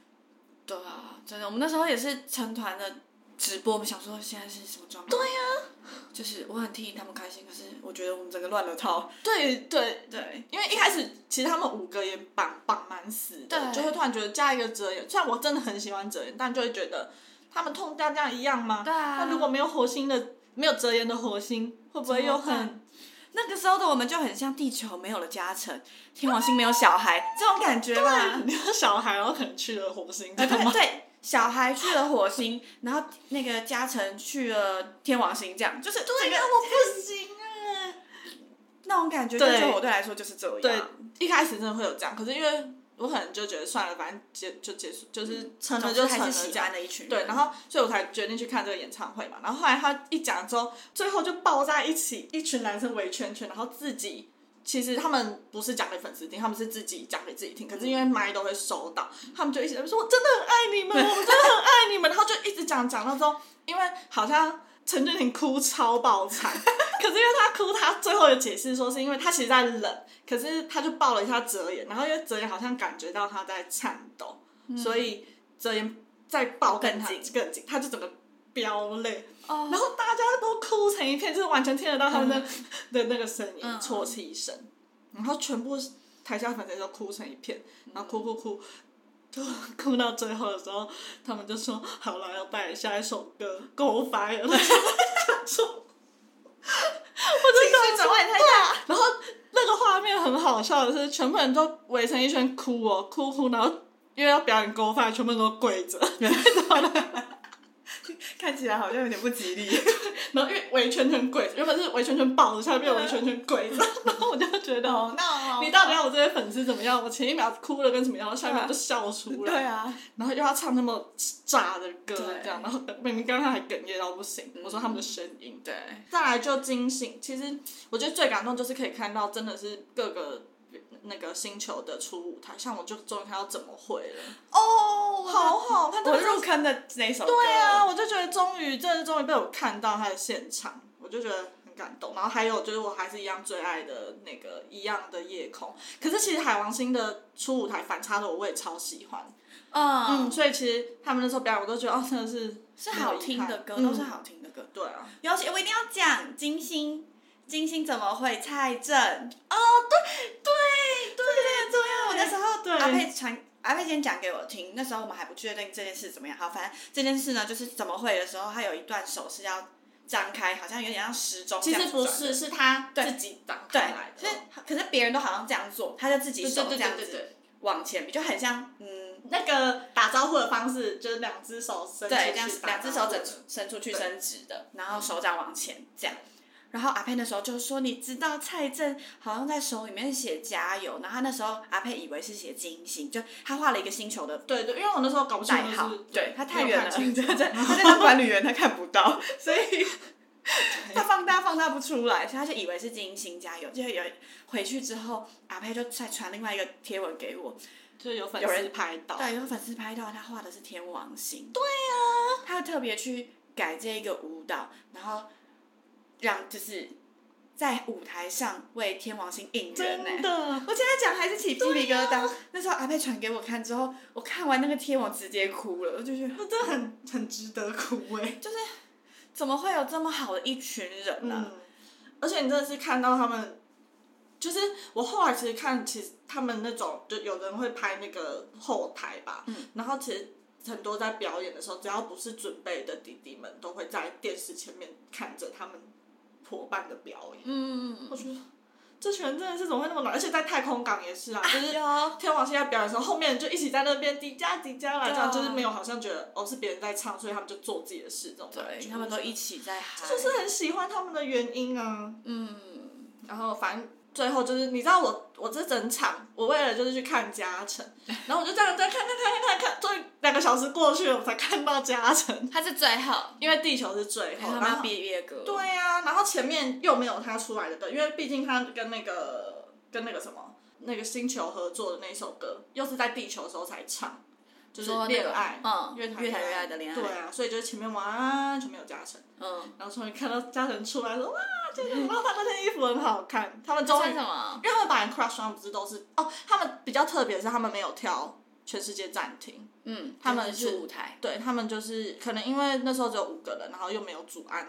[SPEAKER 1] 对啊，真的，我们那时候也是成团的直播，我们想说现在是什么状况？对呀、
[SPEAKER 2] 啊
[SPEAKER 1] 就是我很替他们开心，可是我觉得我们整个乱了套。
[SPEAKER 2] 对 对，
[SPEAKER 1] 对，
[SPEAKER 2] 因为一开始其实他们五个也绑绑蛮死的，
[SPEAKER 1] 对
[SPEAKER 2] 就会突然觉得加一个哲言，虽然我真的很喜欢哲言，但就会觉得他们痛掉这样一样吗？
[SPEAKER 1] 对啊
[SPEAKER 2] 那如果没有火星的，没有哲言的火星，会不会又
[SPEAKER 1] 怎么
[SPEAKER 2] 很
[SPEAKER 1] 办那个时候的我们就很像地球没有了加成，天王星没有小孩这种感觉吧。
[SPEAKER 2] 你有小孩，然后可能去了火 星，知
[SPEAKER 1] 呃
[SPEAKER 2] 道
[SPEAKER 1] 对
[SPEAKER 2] 吗？
[SPEAKER 1] 对，小孩去了火星，然后那个嘉诚去了天王星，这样就是整个
[SPEAKER 2] 啊我不行啊！
[SPEAKER 1] 那种感觉，
[SPEAKER 2] 对
[SPEAKER 1] 对我对来说就是这样。
[SPEAKER 2] 对，一开始真的会有这样，可是因为我可能就觉得算了，反正结就结束，就是成嗯了就成
[SPEAKER 1] 总之还
[SPEAKER 2] 了
[SPEAKER 1] 是喜
[SPEAKER 2] 这样
[SPEAKER 1] 欢。的一群人。
[SPEAKER 2] 对，然后所以我才决定去看这个演唱会嘛。然后后来他一讲之后，最后就抱在一起，一群男生围圈圈，然后自己其实他们不是讲给粉丝听，他们是自己讲给自己听。可是因为麦都会收到，他们就一直在说：“我真的很爱你们，我真的很爱你们。”然后就一直讲讲到之后，因为好像陈俊廷哭超爆惨，可是因为他哭，他最后有解释说是因为他其实在冷，可是他就抱了一下哲言，然后因为哲言好像感觉到他在颤抖，所以哲言在抱跟他
[SPEAKER 1] 更紧
[SPEAKER 2] 更紧，他就整个飙泪，
[SPEAKER 1] 哦
[SPEAKER 2] 然后大家都哭成一片，就是完全听得到他们的、 的那个声音
[SPEAKER 1] 嗯，
[SPEAKER 2] 啜泣声，然后全部台下粉丝都哭成一片，
[SPEAKER 1] 嗯
[SPEAKER 2] 然后哭哭哭。就哭到最后的时候，他们就说：“好了，要带下一首歌《Go Fire》。”说，
[SPEAKER 1] 情绪转换啊也太大。
[SPEAKER 2] 然后那个画面很好笑的是，全部人都围成一圈哭哦，哭哭，然后因为要表演 Go Fire，全部人都跪着，
[SPEAKER 1] 看起来好像有点不吉利。
[SPEAKER 2] 然后因为围圈圈跪着，原本是围圈圈抱着，下面变围圈圈跪着，然后我就觉得哦，
[SPEAKER 1] 那
[SPEAKER 2] 你到底要我这些粉丝怎么样？我前一秒哭的跟什么样，下一秒就笑出来。
[SPEAKER 1] 对啊，
[SPEAKER 2] 然后又要唱那么炸的歌，
[SPEAKER 1] 对
[SPEAKER 2] 这样，然后明明刚刚还哽咽到不行，我说他们的声音。
[SPEAKER 1] 对，
[SPEAKER 2] 嗯再来就惊醒，其实我觉得最感动就是可以看到，真的是各个那个星球的初舞台，像我就终于看到怎么会了，
[SPEAKER 1] 哦，
[SPEAKER 2] 好好看，
[SPEAKER 1] 我
[SPEAKER 2] 真的
[SPEAKER 1] 入
[SPEAKER 2] 是
[SPEAKER 1] 坑的那首歌。
[SPEAKER 2] 对啊，，我就觉得终于，真的终于被我看到他的现场，我就觉得很感动。然后还有就是，我还是一样最爱的那个一样的夜空，可是其实海王星的初舞台反差的我也超喜欢，嗯，
[SPEAKER 1] 嗯，
[SPEAKER 2] 所以其实他们那时候表演，我都觉得哦，真的是
[SPEAKER 1] 是好听的歌，
[SPEAKER 2] 嗯
[SPEAKER 1] 都是好听的歌。
[SPEAKER 2] 对啊，
[SPEAKER 1] 尤其我一定要讲金星，金星怎么会蔡正？哦，对对对，很重要。我那时候
[SPEAKER 2] 对
[SPEAKER 1] 阿佩传。阿佩先讲给我听，那时候我们还不确定这件事怎么样。好，反正这件事呢，就是怎么会的时候，他有一段手是要张开，好像有点像时钟这
[SPEAKER 2] 其
[SPEAKER 1] 样
[SPEAKER 2] 实
[SPEAKER 1] 子
[SPEAKER 2] 不
[SPEAKER 1] 转的。
[SPEAKER 2] 是，是他自己长
[SPEAKER 1] 对
[SPEAKER 2] 开来，的，
[SPEAKER 1] 是可是别人都好像这样做，他就自己
[SPEAKER 2] 对
[SPEAKER 1] 手
[SPEAKER 2] 对
[SPEAKER 1] 这
[SPEAKER 2] 对
[SPEAKER 1] 样
[SPEAKER 2] 对对
[SPEAKER 1] 子
[SPEAKER 2] 对，
[SPEAKER 1] 往前比，就很像嗯
[SPEAKER 2] 那个打招呼的方式就是两只手伸出
[SPEAKER 1] 对，
[SPEAKER 2] 去
[SPEAKER 1] 这样
[SPEAKER 2] 打
[SPEAKER 1] 两只
[SPEAKER 2] 招
[SPEAKER 1] 手
[SPEAKER 2] 呼
[SPEAKER 1] 整
[SPEAKER 2] 的
[SPEAKER 1] 伸出去伸直的，然
[SPEAKER 2] 嗯
[SPEAKER 1] 后手掌往前这样。然后阿佩那时候就说：“你知道蔡政好像在手里面写加油。”然后他那时候阿佩以为是写金星，就他画了一个星球的
[SPEAKER 2] 对对，因为我那时候搞不清
[SPEAKER 1] 代
[SPEAKER 2] 楚
[SPEAKER 1] 号
[SPEAKER 2] 是，
[SPEAKER 1] 对他太
[SPEAKER 2] 没有
[SPEAKER 1] 远了，
[SPEAKER 2] 看清
[SPEAKER 1] 对
[SPEAKER 2] 楚
[SPEAKER 1] 对， 他在当管理员他看不到，所以他放大放大不出来，所以他就以为是金星加油。结果有回去之后，阿佩就再传另外一个贴文给我，
[SPEAKER 2] 就是有粉
[SPEAKER 1] 有
[SPEAKER 2] 丝
[SPEAKER 1] 人
[SPEAKER 2] 拍到，
[SPEAKER 1] 对，有粉丝拍到他画的是天王星。对呀、
[SPEAKER 2] 啊
[SPEAKER 1] 他还特别去改这个舞蹈，然后让就是在舞台上为天王星应援呢、
[SPEAKER 2] 真的，啊
[SPEAKER 1] 我现在讲还是起鸡皮疙瘩。那时候阿佩传给我看之后，我看完那个贴，我直接哭了，我就觉得
[SPEAKER 2] 那真的很很值得哭哎、
[SPEAKER 1] 怎么会有这么好的一群人啊呢、
[SPEAKER 2] 嗯，而且你真的是看到他们，就是我后来其实看，其实他们那种就有人会拍那个后台吧，然后其实很多在表演的时候，只要不是准备的弟弟们，都会在电视前面看着他们伙伴的表演。
[SPEAKER 1] 嗯，
[SPEAKER 2] 我觉得这群人真的是怎么会那么暖？而且在太空港也是啊，就是
[SPEAKER 1] 有
[SPEAKER 2] 天王星在表演的时候，后面就一起在那边迪迦迪迦来
[SPEAKER 1] 对啊
[SPEAKER 2] 这样，就是没有好像觉得哦是别人在唱，所以他们就做自己的事这种感
[SPEAKER 1] 对，
[SPEAKER 2] 觉。
[SPEAKER 1] 他们
[SPEAKER 2] 我
[SPEAKER 1] 都
[SPEAKER 2] 觉得
[SPEAKER 1] 一起在喊，
[SPEAKER 2] 就是很喜欢他们的原因啊。
[SPEAKER 1] 嗯，
[SPEAKER 2] 然后反正最后就是，你知道我我这整场，我为了就是去看嘉诚， 然后我就这样在看看看看看看，终于两个小时过去了，我才看到嘉诚，
[SPEAKER 1] 他是最后，
[SPEAKER 2] 因为地球是最
[SPEAKER 1] 然
[SPEAKER 2] 后，
[SPEAKER 1] 后
[SPEAKER 2] 嗯哦然
[SPEAKER 1] 哎他
[SPEAKER 2] 后
[SPEAKER 1] 们毕业歌，
[SPEAKER 2] 对呀、然后前面又没有他出来的歌，因为毕竟他跟那个跟那个什么那个星球合作的那首歌，又是在地球的时候才唱，就是
[SPEAKER 1] 说那个
[SPEAKER 2] 恋爱，
[SPEAKER 1] 嗯
[SPEAKER 2] 越
[SPEAKER 1] 越谈越爱的恋爱
[SPEAKER 2] 对啊，所以就是前面完全没有嘉诚，
[SPEAKER 1] 嗯，
[SPEAKER 2] 然后终于看到嘉诚出来说哇，嘉诚，然后他那件衣服很好看，他们终
[SPEAKER 1] 穿
[SPEAKER 2] 于
[SPEAKER 1] 什么？
[SPEAKER 2] 因为他们把人 crush 他们不是都是哦，他们比较特别的是他们没有跳全世界暂停，
[SPEAKER 1] 嗯，
[SPEAKER 2] 他们
[SPEAKER 1] 就是
[SPEAKER 2] 是
[SPEAKER 1] 出舞台，
[SPEAKER 2] 对他们就是可能因为那时候只有五个人，然后又没有主案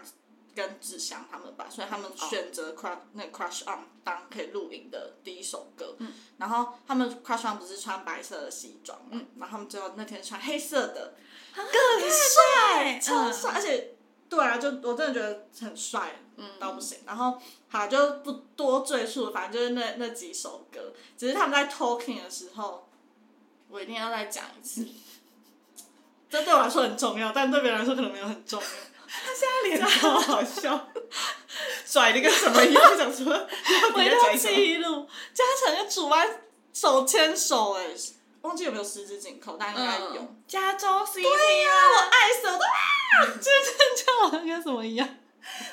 [SPEAKER 2] 跟志祥他们吧，所以他们
[SPEAKER 1] 哦
[SPEAKER 2] 选择 crush、那 crush on 当可以录影的第一首歌，
[SPEAKER 1] 嗯
[SPEAKER 2] 然后他们 crush on 不是穿白色的西装嘛，然后他们最后那天穿黑色的，
[SPEAKER 1] 嗯更帅嗯
[SPEAKER 2] 超帅，而且对啊，就我真的觉得很帅，嗯，到不行。然后好就不多赘述，反正就是那那几首歌，只是他们在 talking 的时候，我一定要再讲一 次。这对我来说很重要，但对别人来说可能没有很重要。
[SPEAKER 1] 他脸超好笑，拽的跟什么一样，想说到
[SPEAKER 2] 回
[SPEAKER 1] 底
[SPEAKER 2] 到
[SPEAKER 1] 在拽什么？
[SPEAKER 2] 记录，嘉诚跟主班手牵手、哎，忘记有没有十指紧扣，但应该有。
[SPEAKER 1] 嗯，加州 C
[SPEAKER 2] 对
[SPEAKER 1] P
[SPEAKER 2] 呀、
[SPEAKER 1] 啊，
[SPEAKER 2] 我爱死了，我都啊，就是叫我跟什么一样。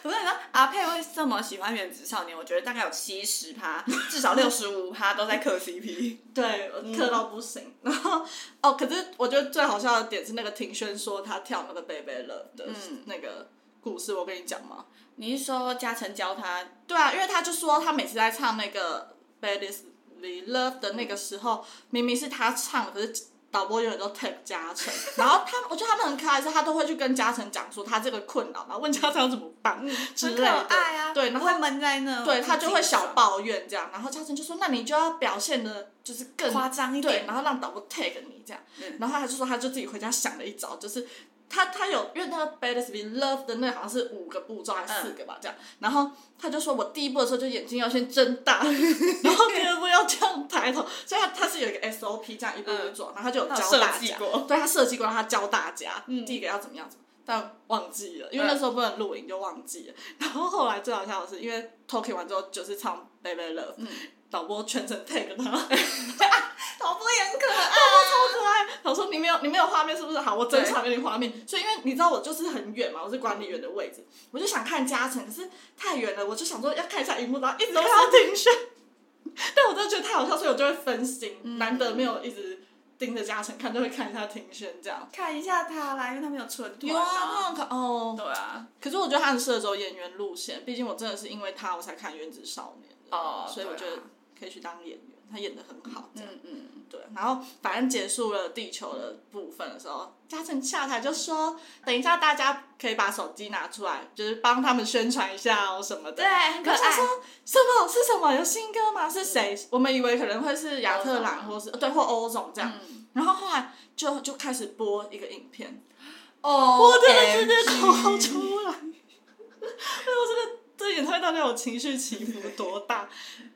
[SPEAKER 1] 我跟你说，阿佩会这么喜欢原子少年，我觉得大概有七十趴，至少六十五趴都在磕 CP。
[SPEAKER 2] 对，我磕到不行。然后哦，可是我觉得最好笑的点是那个庭轩说他跳那个贝贝乐的
[SPEAKER 1] 嗯
[SPEAKER 2] 那个故事，我跟你讲吗？
[SPEAKER 1] 你是说嘉诚教他？
[SPEAKER 2] 对啊，因为他就说他每次在唱那个《Bad Is Love》的那个时候，明明是他唱，可是导播永远都 take 嘉诚。然后他，我觉得他们很可爱，是他都会去跟嘉诚讲说他这个困扰，然后问嘉诚要怎么办之
[SPEAKER 1] 嗯很
[SPEAKER 2] 类
[SPEAKER 1] 可
[SPEAKER 2] 的。
[SPEAKER 1] 爱啊，嗯
[SPEAKER 2] 对，然后
[SPEAKER 1] 会闷在那，
[SPEAKER 2] 对他就会小
[SPEAKER 1] 爆，
[SPEAKER 2] 抱怨这样，然后嘉诚就说：“那你就要表现的，就是更
[SPEAKER 1] 夸张一
[SPEAKER 2] 对
[SPEAKER 1] 点，，
[SPEAKER 2] 然后让导播 tag 你这样，
[SPEAKER 1] 嗯
[SPEAKER 2] 然后他就说他就自己回家想了一招，就是他他有因为那个 b a d e s be love 的那好像是五个步骤还是四个吧这
[SPEAKER 1] 嗯
[SPEAKER 2] 样，然后他就说我第一步的时候就眼睛要先睁 大，然后第二步要这样抬头，所以他他是有一个 SOP 这样一步一步做，然后他就有
[SPEAKER 1] 嗯他有
[SPEAKER 2] 教大
[SPEAKER 1] 设计
[SPEAKER 2] 家，
[SPEAKER 1] 过
[SPEAKER 2] 对他设计过，然后他教大家、第一个要怎么样怎么样。但忘记了，因为那时候不能录影，就忘记了。然后后来最好笑的是，因为 talking 完之后就是唱《b a b y Love》，导
[SPEAKER 1] 嗯
[SPEAKER 2] 播全程 take 他，
[SPEAKER 1] 头部也很可爱。
[SPEAKER 2] 超可爱。 他说你没有你没有画面是不是？好，我整场给你画面。所以因为你知道我就是很远嘛，我是管理员的位置，我就想看嘉诚，可是太远了，我就想说要看一下荧幕，然后一直看到庭轩。 但我真的觉得太好笑，所以我就会分心，难得没有一直盯着嘉诚看，就会看一下庭轩这样。
[SPEAKER 1] 看一下他啦，因为他们有纯团
[SPEAKER 2] 有啊，他很可哦。
[SPEAKER 1] 对啊，
[SPEAKER 2] 可是我觉得他很适合走演员路线，毕竟我真的是因为他我才看《原子少年》的，
[SPEAKER 1] 哦
[SPEAKER 2] 所以我觉
[SPEAKER 1] 对
[SPEAKER 2] 得
[SPEAKER 1] 啊
[SPEAKER 2] 可以去当演员，他演的很好，这样。
[SPEAKER 1] 嗯嗯，
[SPEAKER 2] 对，然后反正结束了地球的部分的时候，嘉诚下台就说：“等一下，大家可以把手机拿出来，就是帮他们宣传一下哦什么的。”
[SPEAKER 1] 对，啊很可
[SPEAKER 2] 我想
[SPEAKER 1] 爱
[SPEAKER 2] 说。什么是什么有新歌吗？是谁？我们以为可能会是亚特兰
[SPEAKER 1] 欧嗯
[SPEAKER 2] 或是对或欧总这样，然后后来就就开始播一个影片，
[SPEAKER 1] 哦，
[SPEAKER 2] 啊我真的直接口出来，哎，我真的这演唱会到底有情绪起伏多大？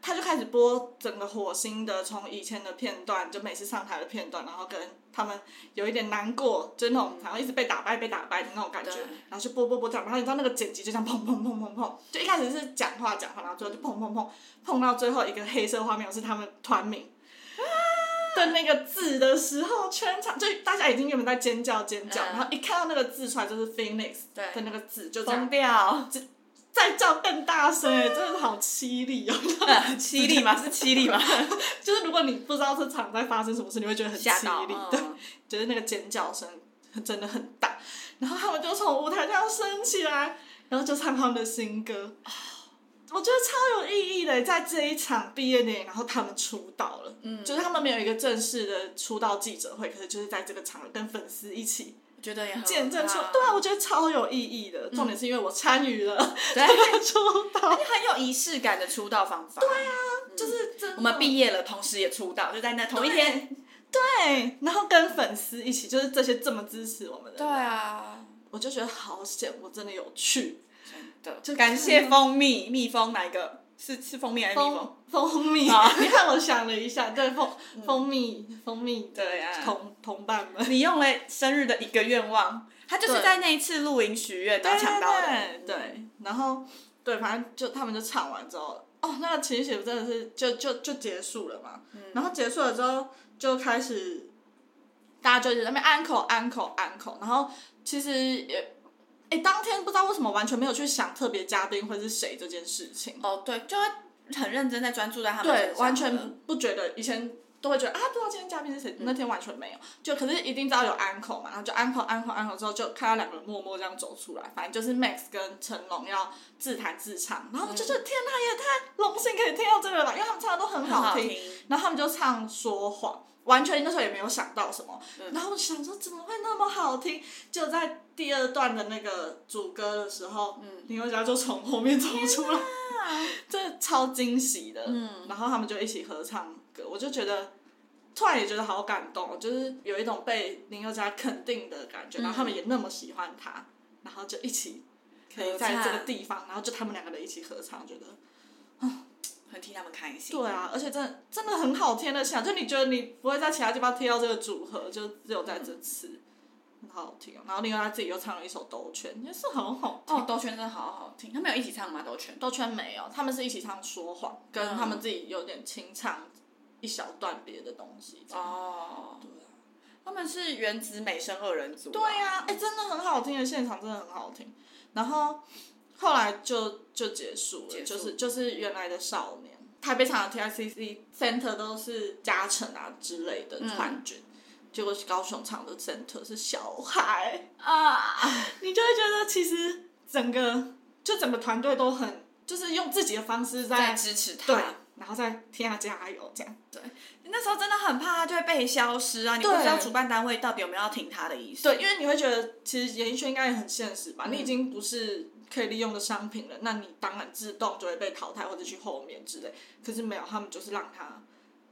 [SPEAKER 2] 他就开始播整个火星的，从以前的片段，就每次上台的片段，然后跟他们有一点难过，就是那种然后一直被打败、被打败的那种感觉
[SPEAKER 1] 对，
[SPEAKER 2] 然后就播播播这样，然后你知道那个剪辑就这样砰砰砰砰砰，就一开始是讲话讲话，然后最后就砰砰砰，碰到最后一个黑色画面是他们团名。
[SPEAKER 1] 啊
[SPEAKER 2] 的那个字的时候，全场就大家已经原本在尖叫尖叫，
[SPEAKER 1] 嗯
[SPEAKER 2] 然后一看到那个字出来就是 Phoenix
[SPEAKER 1] 对
[SPEAKER 2] 的那个字，就这样
[SPEAKER 1] 疯掉，嗯
[SPEAKER 2] 再叫更大声、欸，真的好凄厉哦！
[SPEAKER 1] 凄厉吗？是凄厉吗？
[SPEAKER 2] 就是如果你不知道这场在发生什么事，你会觉得很
[SPEAKER 1] 吓到
[SPEAKER 2] 凄厉，对，
[SPEAKER 1] 嗯
[SPEAKER 2] 就是那个尖叫声真的很大。然后他们就从舞台上升起来，然后就唱他们的新歌，
[SPEAKER 1] 哦
[SPEAKER 2] 我觉得超有意义的。在这一场毕业典礼，然后他们出道了，嗯，就是他们没有一个正式的出道记者会，可是就是在这个场合跟粉丝一起
[SPEAKER 1] 觉得也很
[SPEAKER 2] 见证出，
[SPEAKER 1] 好
[SPEAKER 2] 对啊，我嗯觉得超有意义的。重点是因为我参与了、
[SPEAKER 1] 对，
[SPEAKER 2] 出道，
[SPEAKER 1] 很有仪式感的出道方法。对啊，
[SPEAKER 2] 就是真的
[SPEAKER 1] 我们毕业了，同时也出道，就在那同一天。
[SPEAKER 2] 对，然后跟粉丝一起，就是这些这么支持我们的，
[SPEAKER 1] 对，啊，
[SPEAKER 2] 我就觉得好险，我真的有去。
[SPEAKER 1] 真的，
[SPEAKER 2] 就
[SPEAKER 1] 感谢蜂蜜，蜜蜂哪一个？是是蜂蜜还是蜜蜂？
[SPEAKER 2] 哎蜂嗯蜜，
[SPEAKER 1] 啊
[SPEAKER 2] 你看我想了一下，对蜂蜂蜜蜂蜜的
[SPEAKER 1] 对啊
[SPEAKER 2] 同同伴们，
[SPEAKER 1] 你用了生日的一个愿望，他就是
[SPEAKER 2] 对
[SPEAKER 1] 在那一次露营许愿然后抢到的。嗯
[SPEAKER 2] 对，对然后对，反正就他们就唱完之后，哦，那个情绪真的是就就就结束了嘛。
[SPEAKER 1] 嗯
[SPEAKER 2] 然后结束了之后，就开始大家就一直在那边 uncle uncle uncle，然后其实也。哎，当天不知道为什么完全没有去想特别嘉宾会是谁这件事情，
[SPEAKER 1] 哦，对，就会很认真在专注在他们身
[SPEAKER 2] 对，
[SPEAKER 1] 上
[SPEAKER 2] 完全
[SPEAKER 1] 了
[SPEAKER 2] 不觉得以前都会觉得啊，不知道今天嘉宾是谁，那天完全没有。就可是一定知道有 uncle 嘛，然后就 uncle uncle uncle 之后，就看到两个人默默这样走出来，反正就是 Max 跟成龙要自弹自唱，然后我就觉得、天哪，也太荣幸可以听到这个了吧，因为他们唱的都很
[SPEAKER 1] 很好
[SPEAKER 2] 好
[SPEAKER 1] 听
[SPEAKER 2] 听。。然后他们就唱说谎，完全那时候也没有想到什么。然后我想说怎么会那么好听？就在第二段的那个主歌的时候，林宥嘉就从后面走出来， 真的超惊喜的。
[SPEAKER 1] 嗯
[SPEAKER 2] 嗯然后他们就一起合唱歌，我就觉得。突然也觉得好感动，就是有一种被林宥嘉肯定的感觉，然后他们也那么喜欢他，然后就一起可以
[SPEAKER 1] 合
[SPEAKER 2] 在这个
[SPEAKER 1] 唱
[SPEAKER 2] 地方，然后就他们两个人一起合唱，觉得
[SPEAKER 1] 很替他们开心。
[SPEAKER 2] 对啊，而且真的真的很好听的响，就你觉得你不会在其他地方听到这个组合，就只有在这次，很好听哦、然后另外他自己又唱了一首《兜圈》，也是很好听。
[SPEAKER 1] 哦，兜圈真的好好听，他们有一起唱吗？兜圈。
[SPEAKER 2] 兜圈没有，他们是一起唱《说谎》，跟
[SPEAKER 1] 嗯
[SPEAKER 2] 他们自己有点清唱一小段别的东西。
[SPEAKER 1] 哦，他们是原子美声二人组啊。
[SPEAKER 2] 对呀、哎、真的很好听的，现场真的很好听。然后后来就就结束了，
[SPEAKER 1] 结束
[SPEAKER 2] 就是就是原来的少年，台北场的 TICC Center 都是嘉诚啊之类的团军。结果是高雄场的 center 是小孩，
[SPEAKER 1] 啊，
[SPEAKER 2] 你就会觉得其实整个就整个团队都很，就是用自己的方式
[SPEAKER 1] 在
[SPEAKER 2] 在
[SPEAKER 1] 支持他。
[SPEAKER 2] 对，然后再替他加油这样。
[SPEAKER 1] 那时候真的很怕他就会被消失啊！你不
[SPEAKER 2] 对
[SPEAKER 1] 知道主办单位到底有没有要听他的意思。嗯
[SPEAKER 2] 对，因为你会觉得其实演艺圈应该也很现实吧，你已经不是可以利用的商品了，那你当然自动就会被淘汰或者去后面之类。可是没有，他们就是让他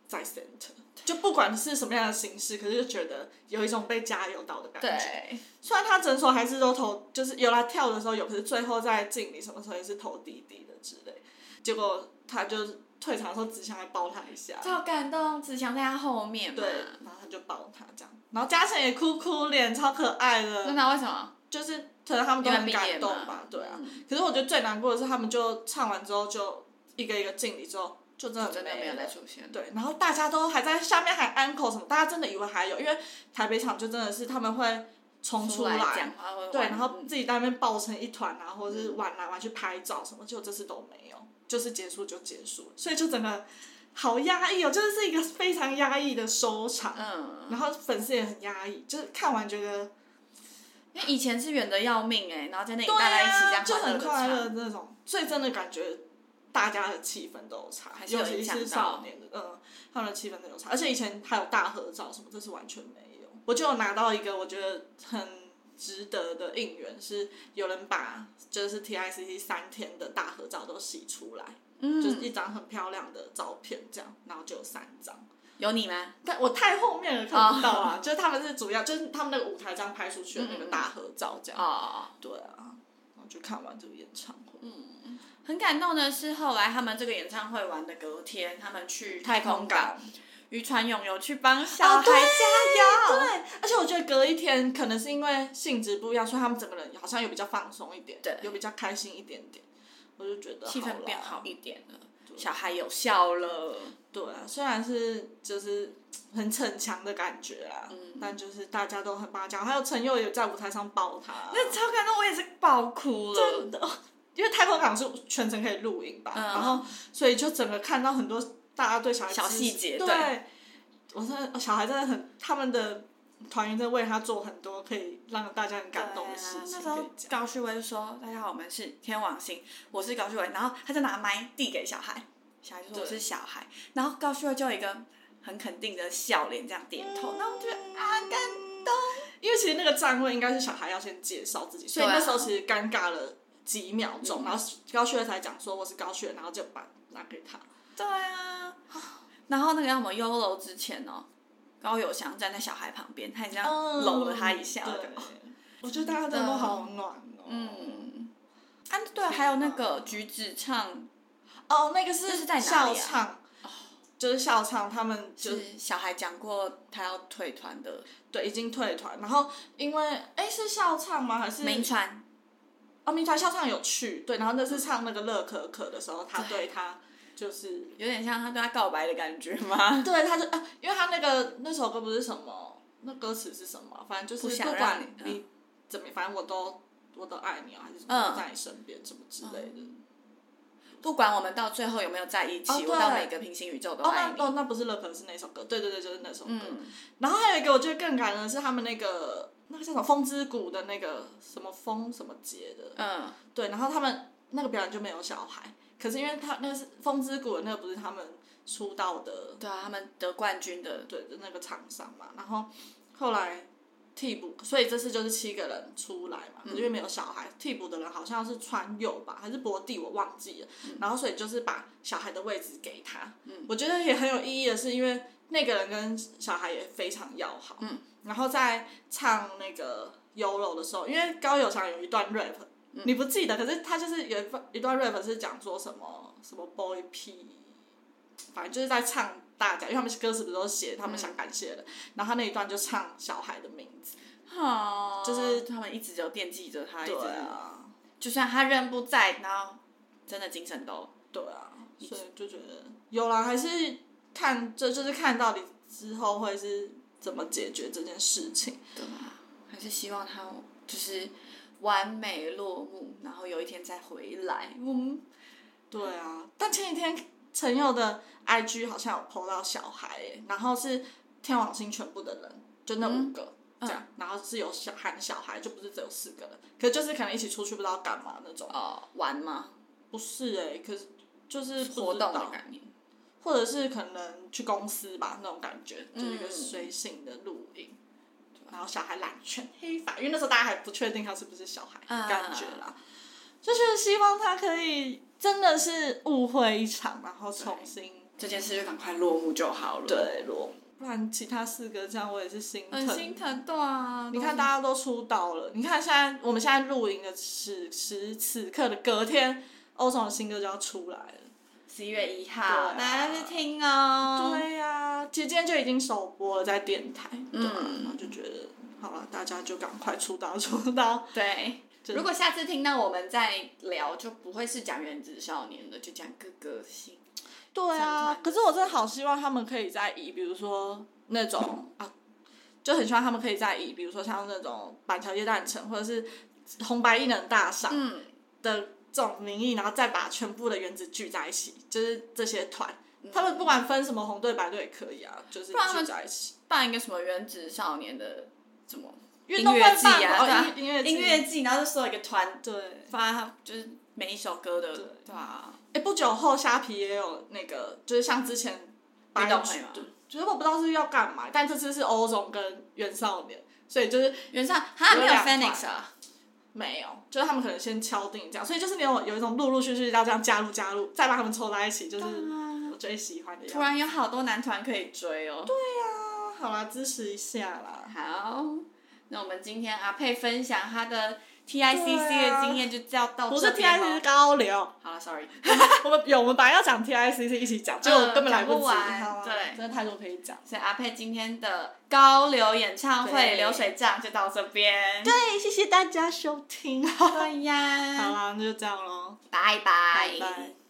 [SPEAKER 2] 在 center，就不管是什么样的形式，可是就觉得有一种被加油到的感觉。
[SPEAKER 1] 对，
[SPEAKER 2] 虽然他整首还是都投，就是有来跳的时候有，可是最后在敬礼什么时候也是投滴滴的之类。结果他就退场的时候只想来抱他一下，
[SPEAKER 1] 这好感动，只想在他后面嘛
[SPEAKER 2] 对，然后他就抱他这样，然后嘉诚也哭哭脸，超可爱的。
[SPEAKER 1] 真的为什么？
[SPEAKER 2] 就是可能他们都很感动
[SPEAKER 1] 因为毕业
[SPEAKER 2] 吧
[SPEAKER 1] 嘛，嗯
[SPEAKER 2] 对啊。可是我觉得最难过的是，他们就唱完之后就一个一个敬礼之后，就真的
[SPEAKER 1] 真的没有
[SPEAKER 2] 了
[SPEAKER 1] 再。出现。
[SPEAKER 2] 对，然后大家都还在下面喊 uncle 什么，大家真的以为还有，因为台北场就真的是他们会冲出
[SPEAKER 1] 来
[SPEAKER 2] 来，
[SPEAKER 1] 讲话会嗯
[SPEAKER 2] 对，
[SPEAKER 1] 玩
[SPEAKER 2] 然后自己在那边抱成一团啊，或者是玩来玩去拍照什么，就这次都没有，就是结束就结束了，所以就整个好压抑哦，就是是一个非常压抑的收场，
[SPEAKER 1] 嗯，
[SPEAKER 2] 然后粉丝也很压抑，就是看完觉得
[SPEAKER 1] 因为以前是远的要命哎，然后在那里
[SPEAKER 2] 对
[SPEAKER 1] 大家一
[SPEAKER 2] 啊，
[SPEAKER 1] 起这
[SPEAKER 2] 就
[SPEAKER 1] 样
[SPEAKER 2] 很
[SPEAKER 1] 的
[SPEAKER 2] 快
[SPEAKER 1] 唱，
[SPEAKER 2] 乐那种，所以真的感觉大家的气氛都有差，
[SPEAKER 1] 还是
[SPEAKER 2] 尤
[SPEAKER 1] 有
[SPEAKER 2] 其
[SPEAKER 1] 影响
[SPEAKER 2] 是
[SPEAKER 1] 到
[SPEAKER 2] 少年的，嗯，他们的气氛都有差，而且以前还有大合照什么，这是完全没有。我就有拿到一个我觉得很值得的应援，是有人把就是 TICC 三天的大合照都洗出来，就是
[SPEAKER 1] 嗯，
[SPEAKER 2] 一张很漂亮的照片这样，然后就有三张。
[SPEAKER 1] 有你吗？
[SPEAKER 2] 但我太后面了
[SPEAKER 1] 哦
[SPEAKER 2] 看不到啊就是他们是主要，就是他们那个舞台这样拍出去
[SPEAKER 1] 嗯
[SPEAKER 2] 的那个大合照这样。
[SPEAKER 1] 哦，
[SPEAKER 2] 对啊，然后就看完这个演唱会，嗯，
[SPEAKER 1] 很感动的是，后来他们这个演唱会完的隔天，他们去太空港，渔船勇有去帮小孩
[SPEAKER 2] 哦对
[SPEAKER 1] 加油。
[SPEAKER 2] 对，而且我觉得隔一天可能是因为性质不一样，所以他们整个人好像有比较放松一点，
[SPEAKER 1] 对
[SPEAKER 2] 有比较开心一点点。我就觉得
[SPEAKER 1] 气氛
[SPEAKER 2] 啦
[SPEAKER 1] 变好一点了，小孩有笑了。
[SPEAKER 2] 对啊，虽然是就是很逞强的感觉啦，
[SPEAKER 1] 嗯
[SPEAKER 2] 但就是大家都很帮他讲，还有陈佑也在舞台上抱他，
[SPEAKER 1] 那超感动，我也是爆哭了。真的，
[SPEAKER 2] 因为太空港是全程可以录影吧，
[SPEAKER 1] 嗯
[SPEAKER 2] 然后所以就整个看到很多大家对小孩
[SPEAKER 1] 小
[SPEAKER 2] 支持
[SPEAKER 1] 细节
[SPEAKER 2] 对
[SPEAKER 1] 对
[SPEAKER 2] 我真的小孩真的很他们的团员在为他做很多可以让大家很感动的事情，
[SPEAKER 1] 啊那
[SPEAKER 2] 可
[SPEAKER 1] 时
[SPEAKER 2] 以
[SPEAKER 1] 候
[SPEAKER 2] 讲
[SPEAKER 1] 高旭威就说：“大家好，我们是天王星，我是高旭威。”然后他就拿麦递给小孩，小孩就说：“我是小孩。”然后高旭威就有一个很肯定的笑脸，这样点
[SPEAKER 2] 嗯
[SPEAKER 1] 头。然后我觉得啊，感动。
[SPEAKER 2] 因为其实那个站位应该是小孩要先介绍自己，所以
[SPEAKER 1] 对啊嗯
[SPEAKER 2] 那时候其实尴尬了几秒钟，然后高旭才讲说我是高旭，然后就把拿给他。
[SPEAKER 1] 对啊，然后那个让我们 YOLO 之前哦，高友祥站在小孩旁边，他也这样搂了他一下。
[SPEAKER 2] 嗯对
[SPEAKER 1] 对
[SPEAKER 2] 我觉得大家真的都好暖哦。
[SPEAKER 1] 嗯，啊对，还有那个橘子唱
[SPEAKER 2] 哦，那个是
[SPEAKER 1] 这是在哪
[SPEAKER 2] 校
[SPEAKER 1] 里啊哦
[SPEAKER 2] 唱，就是校唱，他们就是
[SPEAKER 1] 小孩讲过他要退团的
[SPEAKER 2] 对已经退团，然后因为哎是校唱吗？还是
[SPEAKER 1] 名传，
[SPEAKER 2] 哦民团校唱有去对，然后那是唱那个乐可可的时候，他对他 就是
[SPEAKER 1] 有点像他对他告白的感觉吗？
[SPEAKER 2] 对，他就啊，因为他那个那首歌不是什么，那歌词是什么，反正就
[SPEAKER 1] 不
[SPEAKER 2] 是
[SPEAKER 1] 想
[SPEAKER 2] 不
[SPEAKER 1] 让
[SPEAKER 2] 管
[SPEAKER 1] 你
[SPEAKER 2] 你怎么，反正我都我都爱你啊，还是什
[SPEAKER 1] 嗯
[SPEAKER 2] 么都在你身边什么之类的。
[SPEAKER 1] 不管我们到最后有没有在一起，
[SPEAKER 2] 哦对
[SPEAKER 1] 我到每个平行宇宙都
[SPEAKER 2] 哦，
[SPEAKER 1] 爱
[SPEAKER 2] 那
[SPEAKER 1] 你。
[SPEAKER 2] 哦那不是乐可是那首歌，对对对，就是那首歌。
[SPEAKER 1] 嗯，
[SPEAKER 2] 然后还有一个我觉得更感人的是他们那个那个叫什么风之谷的那个什么风什么节的，
[SPEAKER 1] 嗯，
[SPEAKER 2] 对，然后他们那个表演就没有小孩，可是因为他那个是风之谷的那个不是他们出道的
[SPEAKER 1] 对啊，他们得冠军的，
[SPEAKER 2] 对的那个厂商嘛，然后后来替补，所以这次就是七个人出来嘛，可是因为没有小孩，替补的人好像是川友吧，还是博弟，我忘记了。然后所以就是把小孩的位置给他，我觉得也很有意义的是，因为那个人跟小孩也非常要好，
[SPEAKER 1] 嗯
[SPEAKER 2] 然后在唱那个 Yolo 的时候，因为高友强有一段 rap。你不记得，可是他就是有一段一段 rap 是讲说什么什么 boy p 反正就是在唱大家，因为他们歌词不是都写他们想感谢的，然后他那一段就唱小孩的名字，
[SPEAKER 1] 哦，
[SPEAKER 2] 就是
[SPEAKER 1] 他们一直就惦记着他，一直，
[SPEAKER 2] 啊，
[SPEAKER 1] 就算他人不在，然后真的精神都
[SPEAKER 2] 对啊，所以就觉得有啦，还是看这就是看到底之后会是怎么解决这件事情，
[SPEAKER 1] 对啊，还是希望他就是完美落幕，然后有一天再回来。嗯，
[SPEAKER 2] 对啊，但前几天陈佑的 IG 好像有 PO 到小孩耶、然后是天王星全部的人，就那五个。这样，然后是有小喊小孩，就不是只有四个人，可是就是可能一起出去不知道干嘛那种。
[SPEAKER 1] 哦，玩吗？
[SPEAKER 2] 不是哎、可是就是不知道
[SPEAKER 1] 活动的概念。
[SPEAKER 2] 或者是可能去公司吧那种感觉，就
[SPEAKER 1] 嗯
[SPEAKER 2] 是一个随性的露营。然后小孩染全黑发，因为那时候大家还不确定他是不是小孩，
[SPEAKER 1] 啊
[SPEAKER 2] 感觉啦， 就是希望他可以真的是误会一场，然后重新
[SPEAKER 1] 这件事就赶快落幕就好了。，
[SPEAKER 2] 对落，不然其他四个这样我也是心疼。
[SPEAKER 1] 很心疼，对啊。
[SPEAKER 2] 你看大家都出道了，你看现在我们现在露营的此时此刻的隔天，欧总的新歌就要出来了。
[SPEAKER 1] 十一月一号，
[SPEAKER 2] 对啊
[SPEAKER 1] 大家去听哦。
[SPEAKER 2] 对呀、其实今天就已经首播了在电台，对、啊，
[SPEAKER 1] 嗯
[SPEAKER 2] 然后就觉得好了，大家就赶快出道出道，
[SPEAKER 1] 对。
[SPEAKER 2] 真的
[SPEAKER 1] 如果下次听到我们再聊，就不会是讲原子少年了，就讲各个星。
[SPEAKER 2] 对
[SPEAKER 1] 真
[SPEAKER 2] 啊
[SPEAKER 1] 的。
[SPEAKER 2] 可是我真的好希望他们可以再以，比如说那种啊，就很希望他们可以再以，比如说像那种板桥夜诞城或者是红白艺人大赏
[SPEAKER 1] 嗯，
[SPEAKER 2] 的这种名义，然后再把全部的原子聚在一起，就是这些团。他们不管分什么红队白队也可以啊，就是
[SPEAKER 1] 不然他
[SPEAKER 2] 聚
[SPEAKER 1] 们
[SPEAKER 2] 在一起。
[SPEAKER 1] 办一个什么原子少年的什么
[SPEAKER 2] 运
[SPEAKER 1] 音
[SPEAKER 2] 动会
[SPEAKER 1] 乐季
[SPEAKER 2] 办
[SPEAKER 1] 啊，
[SPEAKER 2] 哦
[SPEAKER 1] 对啊
[SPEAKER 2] 音乐季
[SPEAKER 1] 音乐季，然后就所有一个团
[SPEAKER 2] 对，
[SPEAKER 1] 发就是每一首歌的，对啊，
[SPEAKER 2] 哎、不久后虾皮也有那个，就是像之前白
[SPEAKER 1] 运动会
[SPEAKER 2] 人
[SPEAKER 1] 吗
[SPEAKER 2] 对就是我不知道是要干嘛，但这次是欧总跟袁少年，所以就是
[SPEAKER 1] 原上还没
[SPEAKER 2] 有
[SPEAKER 1] 有
[SPEAKER 2] 两款
[SPEAKER 1] Phoenix 啊，
[SPEAKER 2] 没有，就是他们可能先敲定这样，所以就是你有有一种陆陆续续要这样加入加入，再把他们凑在一起，就是我最喜欢的样
[SPEAKER 1] 啊突
[SPEAKER 2] 子。
[SPEAKER 1] 然有好多男团可以追哦。
[SPEAKER 2] 啊好啦，支持一下啦。
[SPEAKER 1] 好，那我们今天阿佩分享他的 TICC
[SPEAKER 2] 对
[SPEAKER 1] 的
[SPEAKER 2] 啊
[SPEAKER 1] 经验就叫到
[SPEAKER 2] 不是
[SPEAKER 1] 这
[SPEAKER 2] TIC
[SPEAKER 1] 边咯
[SPEAKER 2] 是高流，
[SPEAKER 1] 好了，sorry，
[SPEAKER 2] 我们有我们本来要讲 TICC 一起讲，结果根本来及，
[SPEAKER 1] 嗯讲不完
[SPEAKER 2] 好啊
[SPEAKER 1] 对
[SPEAKER 2] 真的太多可以讲。
[SPEAKER 1] 所以阿佩今天的高流演唱会
[SPEAKER 2] 对
[SPEAKER 1] 流水账就到这边。
[SPEAKER 2] 对，谢谢大家收听。
[SPEAKER 1] 对呀，
[SPEAKER 2] 好啦，那就这样喽，
[SPEAKER 1] 拜
[SPEAKER 2] 拜
[SPEAKER 1] 拜。
[SPEAKER 2] 拜。